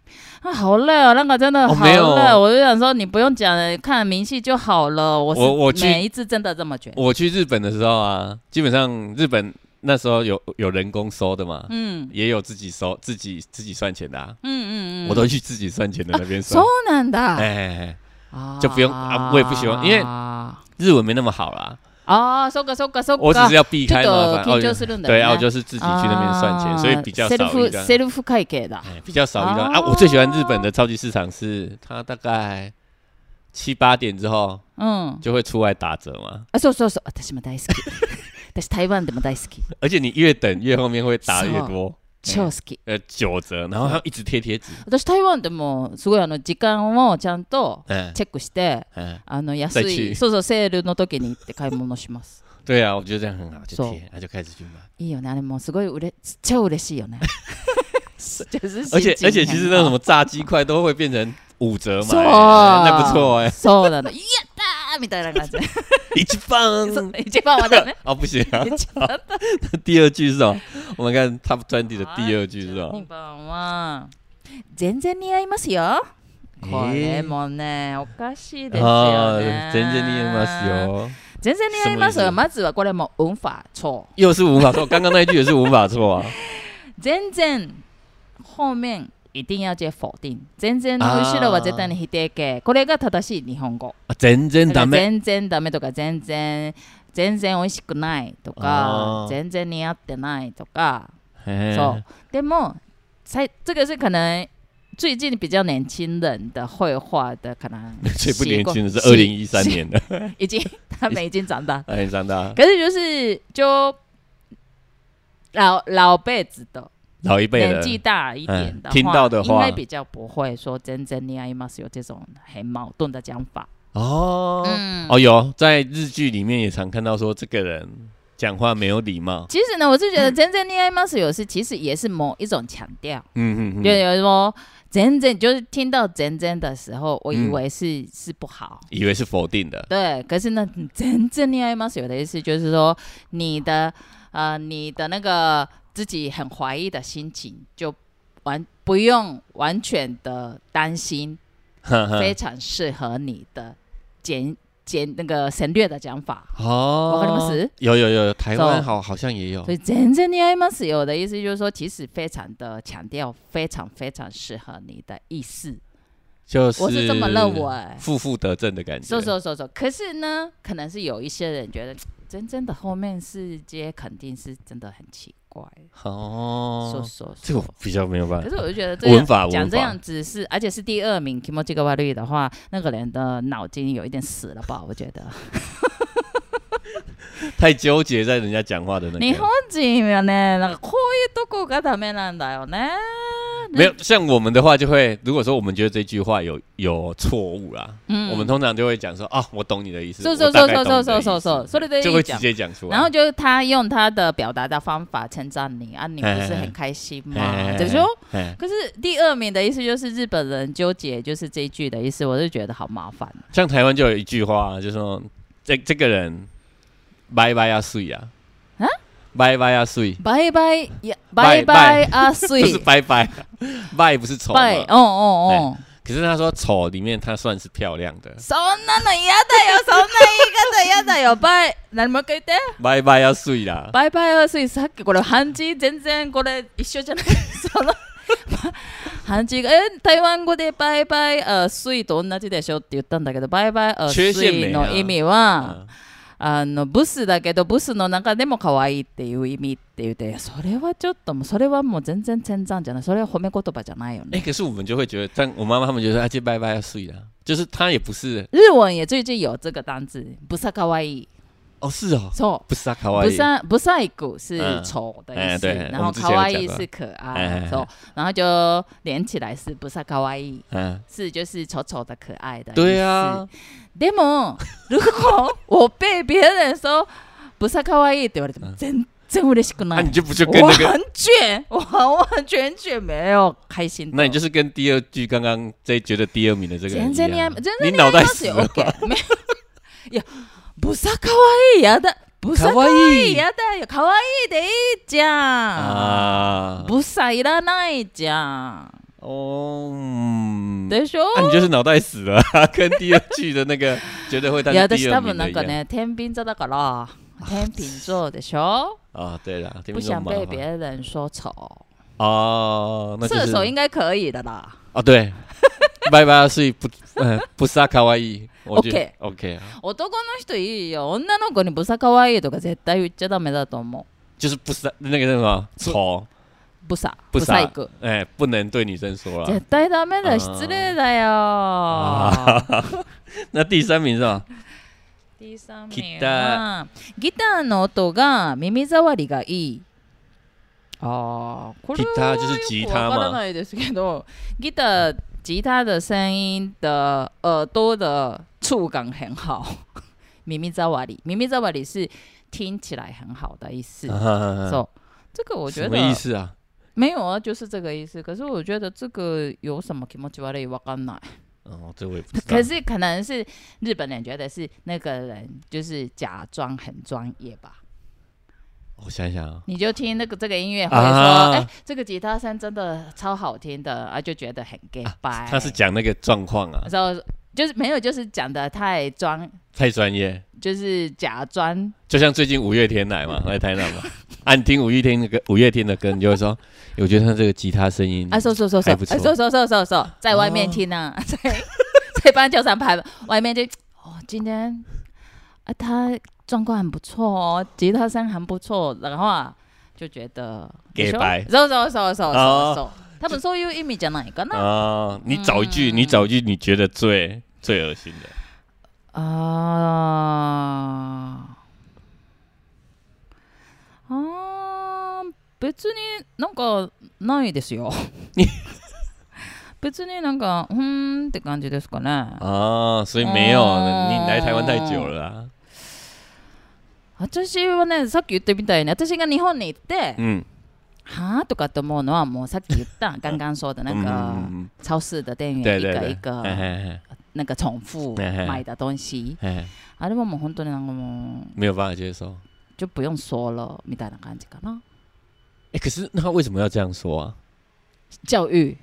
Speaker 2: 啊，好累哦，那个真的
Speaker 1: 哦
Speaker 2: 好
Speaker 1: 没
Speaker 2: 累，
Speaker 1: 有
Speaker 2: 我就想说你不用讲了，看明细就好了。我是
Speaker 1: 我我去
Speaker 2: 每一次真的这么觉得。
Speaker 1: 我去日本的时候啊，基本上日本那时候有有人工收的嘛，
Speaker 2: 嗯
Speaker 1: 也有自己收自己自己算钱的啊，
Speaker 2: 嗯嗯嗯，啊
Speaker 1: 我都去自己算钱的那边
Speaker 2: そう
Speaker 1: 收，
Speaker 2: なんだ。
Speaker 1: 哎，
Speaker 2: 啊
Speaker 1: 就不用啊我也不喜欢因为
Speaker 2: 啊，
Speaker 1: 日文没那么好啦，
Speaker 2: そうかそうかそうか。
Speaker 1: 我只是要避开
Speaker 2: ちょっ
Speaker 1: 麻
Speaker 2: と
Speaker 1: 烦，哦
Speaker 2: 緊張するんだよ
Speaker 1: 对
Speaker 2: ね
Speaker 1: 啊，我就是自己去那边算
Speaker 2: 啊
Speaker 1: 钱，所以比较
Speaker 2: セル
Speaker 1: 少遇
Speaker 2: フ
Speaker 1: 到。
Speaker 2: セルフ会計だ。
Speaker 1: 哎，比较少遇到啊
Speaker 2: 啊
Speaker 1: 我最喜欢日本的超级市场是，它大概七八点之后
Speaker 2: うん。
Speaker 1: 就会出来打折嘛，
Speaker 2: あ、そうそうそう。私も 大好き。私台湾でも大好き。
Speaker 1: 而且你越等越后面会打
Speaker 2: 是
Speaker 1: 越
Speaker 2: 哦
Speaker 1: 多，
Speaker 2: 超好き。
Speaker 1: 呃，九折，然后它一直贴贴纸，
Speaker 2: 私台湾でもすごいあの時間をちゃんと
Speaker 1: 嗯
Speaker 2: チェックして、
Speaker 1: 嗯，
Speaker 2: あの安
Speaker 1: 再去
Speaker 2: い、そうそうセールの時に行って買い物します。
Speaker 1: 对啊，我觉得这样很好，就
Speaker 2: そう
Speaker 1: 贴，然后就开始去买，
Speaker 2: いいよね、あれもうすごいうれ、超嬉しいよ ね。 就是
Speaker 1: 而
Speaker 2: 心情
Speaker 1: 且而且其实那
Speaker 2: 很
Speaker 1: 种
Speaker 2: 好
Speaker 1: 什么炸鸡块都会变成五折嘛，
Speaker 2: そう
Speaker 1: 哎那不错哎，
Speaker 2: そうなの。やったーみたいな感じ。
Speaker 1: 一级棒。
Speaker 2: そう一番は だね。
Speaker 1: 哦，不行啊！
Speaker 2: 一番は。
Speaker 1: 第二句是什么？我们看 Top Twenty 的第二句是什
Speaker 2: 二
Speaker 1: 么？
Speaker 2: 番は。全然似合いますよ。これもね、おかしいです
Speaker 1: 啊
Speaker 2: よね。
Speaker 1: 真正厉害ます。よ。
Speaker 2: 全然似合います
Speaker 1: 什么
Speaker 2: よ。まずはこれも文法错。
Speaker 1: 又是无法 错，刚刚那一句也是无法错啊。
Speaker 2: 全然方面一定要接否定。全然の後ろは絶対に否定形。これが正しい日本語。
Speaker 1: 啊全然
Speaker 2: だ
Speaker 1: ダ
Speaker 2: から
Speaker 1: メ。
Speaker 2: 全然ダメとか全然全然美味しくないと
Speaker 1: あ
Speaker 2: か
Speaker 1: ー
Speaker 2: 全然似合ってないとか、
Speaker 1: 嘿
Speaker 2: そうでも才这个是可能最近比较年轻人的绘画的可能
Speaker 1: 最不年轻的是
Speaker 2: 习
Speaker 1: 二
Speaker 2: 惯
Speaker 1: 零一三， 年的
Speaker 2: 习已经他们已经长大，
Speaker 1: 二零三大。
Speaker 2: 可是就是就老老辈子的
Speaker 1: 老一辈
Speaker 2: 年
Speaker 1: 的
Speaker 2: 纪大一点的
Speaker 1: 嗯
Speaker 2: 话，
Speaker 1: 听到的话
Speaker 2: 应该比较不会说真正恋爱吗？有这种很矛盾的讲法。
Speaker 1: 哦、
Speaker 2: 嗯，
Speaker 1: 哦，有在日剧里面也常看到说这个人讲话没有礼貌，
Speaker 2: 其实呢，我是觉得真正恋爱吗？有是其实也是某一种强调。
Speaker 1: 嗯嗯
Speaker 2: 就
Speaker 1: 嗯，
Speaker 2: 有说真正就是听到真正的时候，我以为是、是不好。
Speaker 1: 以为是否定的，
Speaker 2: 对，可是呢，真正恋爱吗？有的意思就是说，你的呃，你的那个自己很怀疑的心情，就完不用完全的担心，
Speaker 1: 哈哈
Speaker 2: 非常适合你的简简那个省略的讲法。
Speaker 1: 哦，
Speaker 2: わかります
Speaker 1: 有有有，台
Speaker 2: そう
Speaker 1: 湾好好像也有
Speaker 2: 所，以真正恋爱吗？有的意思就是说，其实非常的强调，非常非常适合你的意思。
Speaker 1: 就是
Speaker 2: 我是这么认为
Speaker 1: 负负得正的感觉，
Speaker 2: 说说说说，可是呢，可能是有一些人觉得，真正的后面世界肯定是真的很奇怪。说
Speaker 1: 哦，
Speaker 2: 说
Speaker 1: 这个
Speaker 2: 说
Speaker 1: 我比较没有办
Speaker 2: 可
Speaker 1: 法
Speaker 2: 是，我就觉得这
Speaker 1: 文
Speaker 2: 样
Speaker 1: 法文
Speaker 2: 讲这
Speaker 1: 法
Speaker 2: 样，子是，而且是第二名 Kimoji g a w a r i 的话，那个人的脑筋有一点死了吧？我觉得。
Speaker 1: 太纠结在人家讲话的那
Speaker 2: 日
Speaker 1: 个
Speaker 2: 本。人はね、なんかこういうとこがダメなんだよね。
Speaker 1: 没有像我们的话，就会如果说我们觉得这句话有有错误啦，
Speaker 2: 嗯
Speaker 1: 我们通常就会讲说啊，我懂你的意思，
Speaker 2: そうそう
Speaker 1: 我大
Speaker 2: そう
Speaker 1: 概
Speaker 2: そ
Speaker 1: 懂你
Speaker 2: う
Speaker 1: 的
Speaker 2: そう
Speaker 1: 意思
Speaker 2: そうそうそれでいいじゃん
Speaker 1: 就会直接讲出来。
Speaker 2: 然后就他用他的表达的方法称赞你啊，你不是很开心
Speaker 1: 哎哎
Speaker 2: 吗？
Speaker 1: 哎
Speaker 2: 怎么说？
Speaker 1: 哎，
Speaker 2: 可是第二名的意思就是日本人纠结，就是这一句的意思，我就觉得好 麻烦。
Speaker 1: 像台湾就有一句话，就说这这个人拜拜啊睡啊，
Speaker 2: 啊，
Speaker 1: 拜拜啊睡，
Speaker 2: 拜拜呀，
Speaker 1: 拜拜
Speaker 2: 拜拜 阿
Speaker 1: 就
Speaker 2: 水
Speaker 1: 是，拜拜，拜不是丑
Speaker 2: 拜，
Speaker 1: 吗？
Speaker 2: 哦哦哦，
Speaker 1: 可是他说丑里面他算是漂亮的，
Speaker 2: そんなの嫌だよ、そんな言い方嫌だよ、拜。何もう一回言って。
Speaker 1: 拜拜啊睡啦，
Speaker 2: バイバイアスイさっきこれ漢字全然これ一緒じゃない その漢字がえ台湾語でバイバイアスイと同じでしょって言ったんだけどバイバイアス
Speaker 1: 中心
Speaker 2: イ
Speaker 1: 名
Speaker 2: の
Speaker 1: な
Speaker 2: 意味は
Speaker 1: 嗯
Speaker 2: あのブスだけどブスの中でも可愛いっていう意味って言っていやそれはちょっともうそれはもう全然称赞じゃないそれは褒め言葉じゃないよ
Speaker 1: 哎，
Speaker 2: ね
Speaker 1: 可是我们就会觉得，但我妈妈他们觉得啊，这拜拜啊睡啦，就是他也不是
Speaker 2: 日文也最近有这个单字不是可愛い
Speaker 1: 哦，是哦，
Speaker 2: そう
Speaker 1: 不是啊，卡哇
Speaker 2: 不
Speaker 1: 伊，
Speaker 2: 善不善一股是
Speaker 1: 嗯
Speaker 2: 丑的
Speaker 1: 哎
Speaker 2: 意思，
Speaker 1: 对
Speaker 2: 然
Speaker 1: 我
Speaker 2: 后
Speaker 1: 们之前
Speaker 2: 卡
Speaker 1: 有
Speaker 2: 哇
Speaker 1: 讲
Speaker 2: 伊
Speaker 1: 到
Speaker 2: 是可
Speaker 1: 哎哎
Speaker 2: 爱，
Speaker 1: 哎
Speaker 2: 走，然后就连起来是不是卡哇伊？
Speaker 1: 嗯。
Speaker 2: 是就是丑丑的可爱的。
Speaker 1: 对啊。，
Speaker 2: でも如果我被别人说不是卡哇伊，对我来讲真真嬉しく
Speaker 1: 那、
Speaker 2: な
Speaker 1: 啊你
Speaker 2: い。
Speaker 1: 就不就跟
Speaker 2: 我
Speaker 1: 那个，
Speaker 2: 很卷，我完全卷没有开心的。
Speaker 1: 那你就是跟第二句刚刚在觉得第二名的这个人
Speaker 2: 全
Speaker 1: 一
Speaker 2: 然恋愛
Speaker 1: 样，啊
Speaker 2: 全
Speaker 1: 你
Speaker 2: 然恋
Speaker 1: 脑
Speaker 2: 愛
Speaker 1: 袋
Speaker 2: マ
Speaker 1: 死
Speaker 2: スよ。
Speaker 1: 了
Speaker 2: OK 没有 いや、不さ可愛いやだ。不さ
Speaker 1: 可
Speaker 2: 可
Speaker 1: 愛
Speaker 2: 愛
Speaker 1: い
Speaker 2: いやだよ。可愛いでいいじゃん。
Speaker 1: 啊！
Speaker 2: 不さいらないじゃん。
Speaker 1: 哦，嗯
Speaker 2: でしょ？
Speaker 1: 那、你就是脑袋死了、啊，跟第二句的那 个觉得会当
Speaker 2: いや、
Speaker 1: 成
Speaker 2: 私
Speaker 1: 第
Speaker 2: 多
Speaker 1: 二
Speaker 2: 分
Speaker 1: 名的
Speaker 2: なん
Speaker 1: 一
Speaker 2: か
Speaker 1: 样
Speaker 2: ね、天秤座だから、天秤座でしょ？
Speaker 1: 啊。对了，听
Speaker 2: 不
Speaker 1: 众
Speaker 2: 想
Speaker 1: 麻
Speaker 2: 被
Speaker 1: 烦
Speaker 2: 别人说丑，
Speaker 1: 哦，那就
Speaker 2: 射
Speaker 1: 是
Speaker 2: 手应该可以的啦。
Speaker 1: 哦，对，拜拜，所以不，嗯、不是啊，卡哇伊，我觉得 OK
Speaker 2: OK
Speaker 1: 啊，
Speaker 2: 男の人いいよ。女の子に不さ可愛いとか絶対言っちゃダメだと思
Speaker 1: 就是不是啊那个叫什么丑，
Speaker 2: う。不さ、
Speaker 1: 不
Speaker 2: 不
Speaker 1: 是
Speaker 2: さ
Speaker 1: 啊
Speaker 2: いく。，
Speaker 1: 哎、不能对女生说了
Speaker 2: 絶。対ダメ
Speaker 1: あー
Speaker 2: だ失礼だよ、
Speaker 1: 那第三名是吧？
Speaker 2: D さん
Speaker 1: ギ
Speaker 2: 名
Speaker 1: タ
Speaker 2: はギターの音が耳障りがいいああこれ
Speaker 1: ギ
Speaker 2: は
Speaker 1: ター就是吉
Speaker 2: よく
Speaker 1: 他嘛
Speaker 2: わからないですけどギター吉他的声音的耳朵的触感很好耳障り耳障り是听起来很好的意思、
Speaker 1: 啊
Speaker 2: そう这个我觉
Speaker 1: 什
Speaker 2: 得
Speaker 1: 么意思啊？
Speaker 2: 没有啊，就是这个意思。可是我觉得这个有什么気持ち悪いわかんない。
Speaker 1: 哦，这我也不知道
Speaker 2: 可。是可能是日本人觉得是那个人就是假装很专业吧，
Speaker 1: 我想想啊，
Speaker 2: 你就听那个这个音乐会
Speaker 1: 啊
Speaker 2: 说，哎、这个吉他声真的超好听的啊，就觉得 很 gay 掰、
Speaker 1: 他是，讲那个状况啊，
Speaker 2: 然后就是没有，就是讲的太装，
Speaker 1: 太专业，
Speaker 2: 就是假装。
Speaker 1: 就像最近五月天来嘛，来台南嘛， 啊，你听五月天那个五月天的歌，你就会说，欸我觉得他这个吉他声音
Speaker 2: 啊，说说说说，
Speaker 1: 还不错
Speaker 2: 哎，说说说说说，在外面听啊， 在在棒球场拍，外面就哦，今天啊，他状况很不错哦，吉他声很不错，然后啊，就觉得
Speaker 1: 给白
Speaker 2: 说说说说
Speaker 1: 哦
Speaker 2: 说说，他们说有一米讲哪一个呢？
Speaker 1: 啊，你找一句，
Speaker 2: 嗯
Speaker 1: 你找一句你觉得最最恶心的，
Speaker 2: 啊。あー別になんかないで すよ別になんかうーんって感じですかね
Speaker 1: 啊，所以没有，
Speaker 2: 哦
Speaker 1: 你来台湾太久了啊。
Speaker 2: 私はねさっき言ったみたいに私が日本に行って、
Speaker 1: 嗯，
Speaker 2: はあとかと思うのはもうさっき言った ガンガンそうだな
Speaker 1: 嗯
Speaker 2: んか、
Speaker 1: 嗯
Speaker 2: 超市的店
Speaker 1: 嗯
Speaker 2: 員
Speaker 1: 对
Speaker 2: 一
Speaker 1: 对
Speaker 2: 个
Speaker 1: 对
Speaker 2: 一，个
Speaker 1: 哎哎
Speaker 2: なんか重复
Speaker 1: 哎哎
Speaker 2: 买的东西
Speaker 1: 哎哎，
Speaker 2: あれはもう本当になんかもう
Speaker 1: 没有办法接受。
Speaker 2: 就不用说了みたいな感じかな
Speaker 1: 哎，可是那他为什么要这样说啊？
Speaker 2: 教育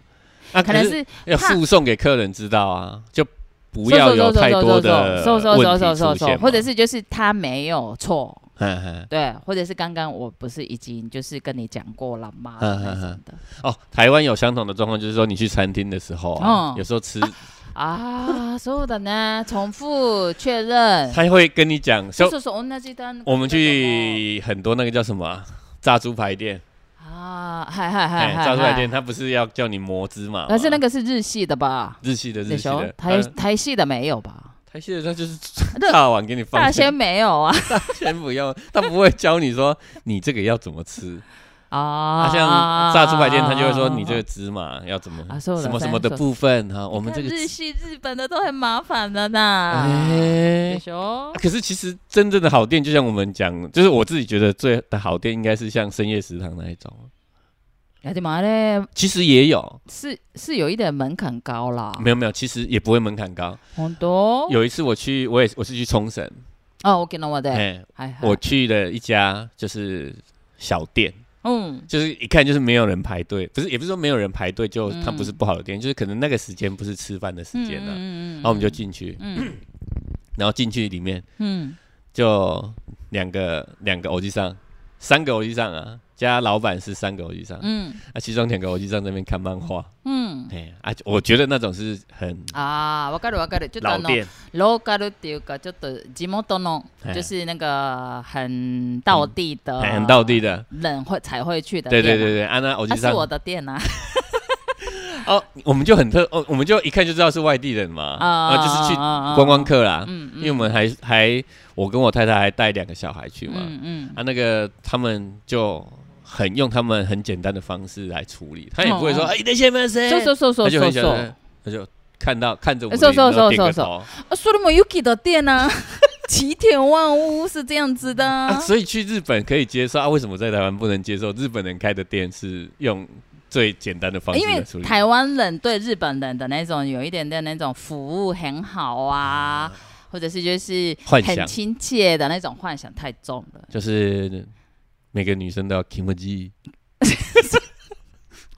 Speaker 1: 啊，
Speaker 2: 可
Speaker 1: 可
Speaker 2: 能
Speaker 1: 是
Speaker 2: 是
Speaker 1: 要
Speaker 2: 怕
Speaker 1: 附送给客人知道啊，就不要有太多的
Speaker 2: そうそうそう
Speaker 1: 问题出
Speaker 2: そうそうそうそう
Speaker 1: 现嘛。
Speaker 2: 或者是就是他没有错
Speaker 1: 哎哎
Speaker 2: 对，或者是刚刚我不是已经就是跟你讲过了吗？
Speaker 1: 嗯嗯
Speaker 2: 那
Speaker 1: 嗯
Speaker 2: 什么的
Speaker 1: 哦，台湾有相同的状况，就是说你去餐厅的时候啊
Speaker 2: 嗯，
Speaker 1: 有时候吃
Speaker 2: 啊，そうだね，重复确认。
Speaker 1: 他会跟你讲说，
Speaker 2: 就是说同じだ。
Speaker 1: 我们去很多那个叫什么啊炸猪排 店，
Speaker 2: 啊，嗨嗨嗨
Speaker 1: 哎，炸
Speaker 2: 嗨
Speaker 1: 猪排店
Speaker 2: 嗨。
Speaker 1: 他不是要叫你磨芝麻吗？
Speaker 2: 但是那个是日系的吧？
Speaker 1: 日系的日
Speaker 2: 那
Speaker 1: 系
Speaker 2: 时候
Speaker 1: 的
Speaker 2: 台
Speaker 1: 台
Speaker 2: 台系的没有吧？
Speaker 1: 台系的，他就是
Speaker 2: 那
Speaker 1: 大碗给你放
Speaker 2: 大仙没有啊
Speaker 1: 先不用，他不会教你说你这个要怎么吃。 啊，！
Speaker 2: 啊
Speaker 1: 像炸猪排店，他就会说你这个
Speaker 2: 个
Speaker 1: 芝麻要怎么
Speaker 2: 啊是我的
Speaker 1: 什么什
Speaker 2: 三
Speaker 1: 么的
Speaker 2: 色
Speaker 1: 部分哈，我
Speaker 2: 我
Speaker 1: 们这个
Speaker 2: 日
Speaker 1: 芝
Speaker 2: 系啊日本的都很麻烦的呢。
Speaker 1: 哎
Speaker 2: で。しょ
Speaker 1: 啊可是其实真正的好店，就像我们讲，就是我自己觉得最的好店应该是像深夜食堂那一种，
Speaker 2: いやでもあれ
Speaker 1: 其实也有，
Speaker 2: 是是有一点门槛高啦。
Speaker 1: 没有没有，其实也不会门槛高。
Speaker 2: 本当？
Speaker 1: 有一次我去，我也我是去冲绳，
Speaker 2: 哦，沖縄で。
Speaker 1: 哎，
Speaker 2: はいはい。
Speaker 1: 我去了一家就是小店，
Speaker 2: 嗯
Speaker 1: 就是一看就是没有人排队，不是也不是说没有人排队，就
Speaker 2: 嗯
Speaker 1: 它不是不好的店，就是可能那个时间不是吃饭的时间呢、啊
Speaker 2: 嗯
Speaker 1: 然后我们就进去，
Speaker 2: 嗯
Speaker 1: 然后进去里面
Speaker 2: 嗯
Speaker 1: 就两个两个偶机上，三个偶机上啊，加老板是三个偶机上，
Speaker 2: 嗯
Speaker 1: 啊，其中两个偶机上在那边看漫画，
Speaker 2: 嗯
Speaker 1: 哎、啊，我觉得那种是很
Speaker 2: ああわかるわかるちょっとあ
Speaker 1: 老
Speaker 2: の
Speaker 1: 店，
Speaker 2: ローカルっていうかちょっと地元の
Speaker 1: 哎
Speaker 2: 就是那个很道地的
Speaker 1: 很很道地的，
Speaker 2: 人会才会去的
Speaker 1: 对
Speaker 2: 哦店
Speaker 1: 对对对，啊，那偶
Speaker 2: 它
Speaker 1: 机
Speaker 2: 是
Speaker 1: 上
Speaker 2: 我的店啊
Speaker 1: 哦，我们就很特哦，我们就一看就知道是外地人嘛，
Speaker 2: 哦
Speaker 1: 啊，就是去观
Speaker 2: 观
Speaker 1: 光客啦，
Speaker 2: 哦嗯
Speaker 1: 因为我们还还我跟我太太还带两个小孩去嘛，
Speaker 2: 嗯嗯
Speaker 1: 啊，那个他们就很用他们很简单的方式来处理，他也不会说
Speaker 2: 哦
Speaker 1: 哎，那些没谁，
Speaker 2: そうそうそうそう
Speaker 1: 他就
Speaker 2: そ
Speaker 1: 很小
Speaker 2: うそ
Speaker 1: 声
Speaker 2: う，
Speaker 1: 他就看到看着我们，
Speaker 2: そうそう
Speaker 1: 然后点
Speaker 2: そう
Speaker 1: 个
Speaker 2: そう
Speaker 1: 头
Speaker 2: 啊それもユキ的店啊起点万物是这样子的
Speaker 1: 啊，
Speaker 2: 啊
Speaker 1: 所以去日本可以接受啊，为什么在台湾不能接受？日本人开的店是用最简单的方式
Speaker 2: 因
Speaker 1: 来
Speaker 2: 为
Speaker 1: 处理，
Speaker 2: 台湾人对日本人的那种有一点点那种服务很好啊，或者是就是
Speaker 1: 幻
Speaker 2: 很
Speaker 1: 想
Speaker 2: 亲切的那种幻想太重了。
Speaker 1: 就是每个女生都要 kimoji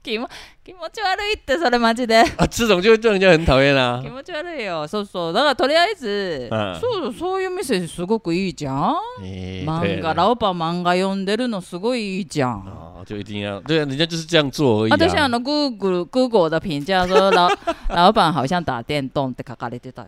Speaker 2: 気も気持ち悪いってそれマジで。
Speaker 1: 啊，这种就让人家很讨厌啊啦
Speaker 2: 気。持ち悪いよ。そうそう。だからとりあえず、
Speaker 1: うん
Speaker 2: そうそういう店すごくいいじゃん。
Speaker 1: 啊哎
Speaker 2: 漫
Speaker 1: 对
Speaker 2: 画
Speaker 1: 啊
Speaker 2: 老板漫画読んでるのすごいいいじゃん。
Speaker 1: 哦，就一定要对啊，人家就是这样做而已
Speaker 2: 私あ
Speaker 1: 啊。
Speaker 2: の Google Google 的评价说 老老板好像打电动って書かれてた。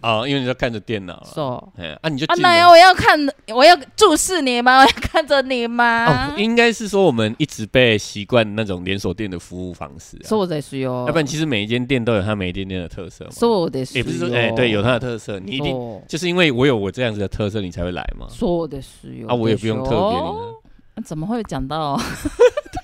Speaker 1: 哦，因为你要看着电脑了。
Speaker 2: そう。
Speaker 1: 哎，啊，你就
Speaker 2: 啊，
Speaker 1: 进
Speaker 2: 那
Speaker 1: 了
Speaker 2: 我要看，我要注视你吗？我要看着你吗
Speaker 1: 哦，？应该是说我们一直被习惯那种连锁店的服务方式啊，
Speaker 2: そうですよ。
Speaker 1: 要不然其实每一间店都有它每一间店的特色嘛。
Speaker 2: そうです
Speaker 1: 也
Speaker 2: よ。
Speaker 1: 不是说哎，
Speaker 2: 哦
Speaker 1: 对，有它的特色，你一定
Speaker 2: そう
Speaker 1: 就是因为我有我这样子的特色，你才会来嘛。
Speaker 2: そうですよ。
Speaker 1: 啊，我也不用特别
Speaker 2: でしょ。
Speaker 1: 你
Speaker 2: 怎么会讲到？
Speaker 1: 看，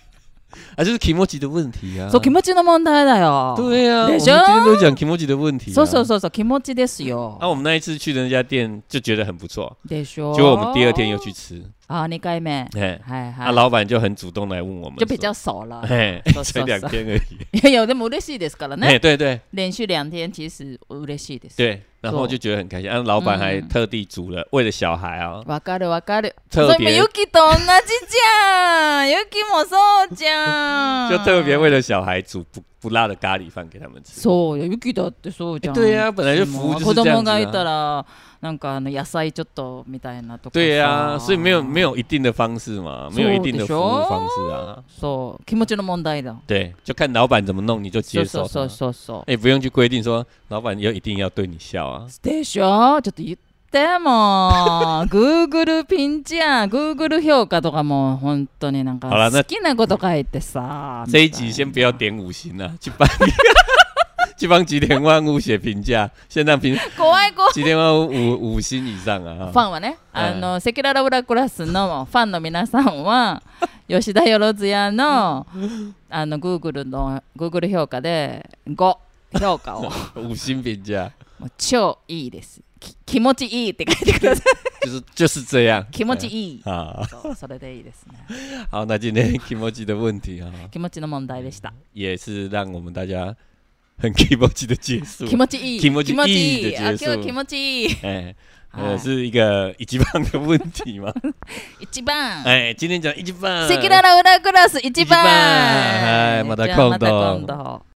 Speaker 1: 啊，就是 Kimoji 的问题啊。
Speaker 2: そう気持ちの問題だよ。
Speaker 1: 对啊，我们
Speaker 2: 对
Speaker 1: 今
Speaker 2: 就
Speaker 1: 天都讲 Kimoji 的问题啊。
Speaker 2: そうそうそうそう気持ちですよ
Speaker 1: 啊，。我们那一次去的那家店就觉得很不错，
Speaker 2: でしょ。
Speaker 1: 结果我们第二天又去吃，
Speaker 2: 啊，二回目。
Speaker 1: 哎，
Speaker 2: はい
Speaker 1: 啊，
Speaker 2: はい。
Speaker 1: 老板就很主动来问我们说，
Speaker 2: 就比较少了。
Speaker 1: 哎
Speaker 2: そ う，そうそ
Speaker 1: 才
Speaker 2: う
Speaker 1: 两天而已，
Speaker 2: いやいやでも嬉しいですからね。
Speaker 1: 哎，对对
Speaker 2: 連续两天其实嬉しいです。
Speaker 1: 对，然后就觉得很开心，啊，老板还
Speaker 2: 嗯
Speaker 1: 特地煮了，为了小孩啊，
Speaker 2: わかるわかる。そ
Speaker 1: 特
Speaker 2: れも
Speaker 1: 别
Speaker 2: ユキと同じじゃん。ユキもそうじゃん。
Speaker 1: 就特别为了小孩煮不不辣的咖喱饭给他们吃，
Speaker 2: そうよ、ユキだってそうじゃん。
Speaker 1: 哎对呀，本来就服务
Speaker 2: もう
Speaker 1: 就
Speaker 2: 子
Speaker 1: 是这
Speaker 2: 供
Speaker 1: 样
Speaker 2: がい
Speaker 1: 子
Speaker 2: た
Speaker 1: 啊。
Speaker 2: ら、なんかあの野菜ちょっとみたいなとかさ。
Speaker 1: 对
Speaker 2: 哦
Speaker 1: 呀、所以没有没
Speaker 2: 有。
Speaker 1: 有一定的方式嘛，没有一定的服务方式啊。
Speaker 2: そう、気持ちの問題だ。
Speaker 1: 对，就看老板怎么弄，你就
Speaker 2: そ
Speaker 1: 接
Speaker 2: うそ
Speaker 1: 受
Speaker 2: うそう
Speaker 1: 它。
Speaker 2: そうそ
Speaker 1: 也不用去规定说老板要一定要对你笑啊。
Speaker 2: う。でしょちょっと言って も、Google ピンチや Google 評価とかも本当になんか
Speaker 1: あらな
Speaker 2: 好きなこと書いてさ。
Speaker 1: 这一集先不要点五星啊，去帮 去帮吉田万物写评价，先让评
Speaker 2: 怖い怖い。
Speaker 1: 吉田万物五五星以上啊哈。
Speaker 2: ファンはね、
Speaker 1: うん
Speaker 2: あの、セキュララウラクラスのファンの皆さんは、吉田よろずやのあの Google の Google 評価で5 評価をも
Speaker 1: 五星评价，
Speaker 2: う超いいですき気持ちいいって書い てください
Speaker 1: 就是就是这样。
Speaker 2: 気持ちいい
Speaker 1: 好，
Speaker 2: そうそれでいいですね
Speaker 1: 好，那今天 k i m o j i 的问题啊、
Speaker 2: 気持ちの問題でした
Speaker 1: 也是让我们大家很 k i m o j i 的结束啊
Speaker 2: 気。持ちいい
Speaker 1: 気持ちいい
Speaker 2: 気持ちい
Speaker 1: で
Speaker 2: い
Speaker 1: 結
Speaker 2: あ今
Speaker 1: 束
Speaker 2: 日気持ちいい
Speaker 1: 哎，
Speaker 2: は
Speaker 1: 呃，
Speaker 2: い
Speaker 1: 是一个一级棒的问题嘛？
Speaker 2: 一番
Speaker 1: 哎，今天讲一级棒，
Speaker 2: セキュララウラクラス一番
Speaker 1: 一番はいまた今度
Speaker 2: じゃあまた今度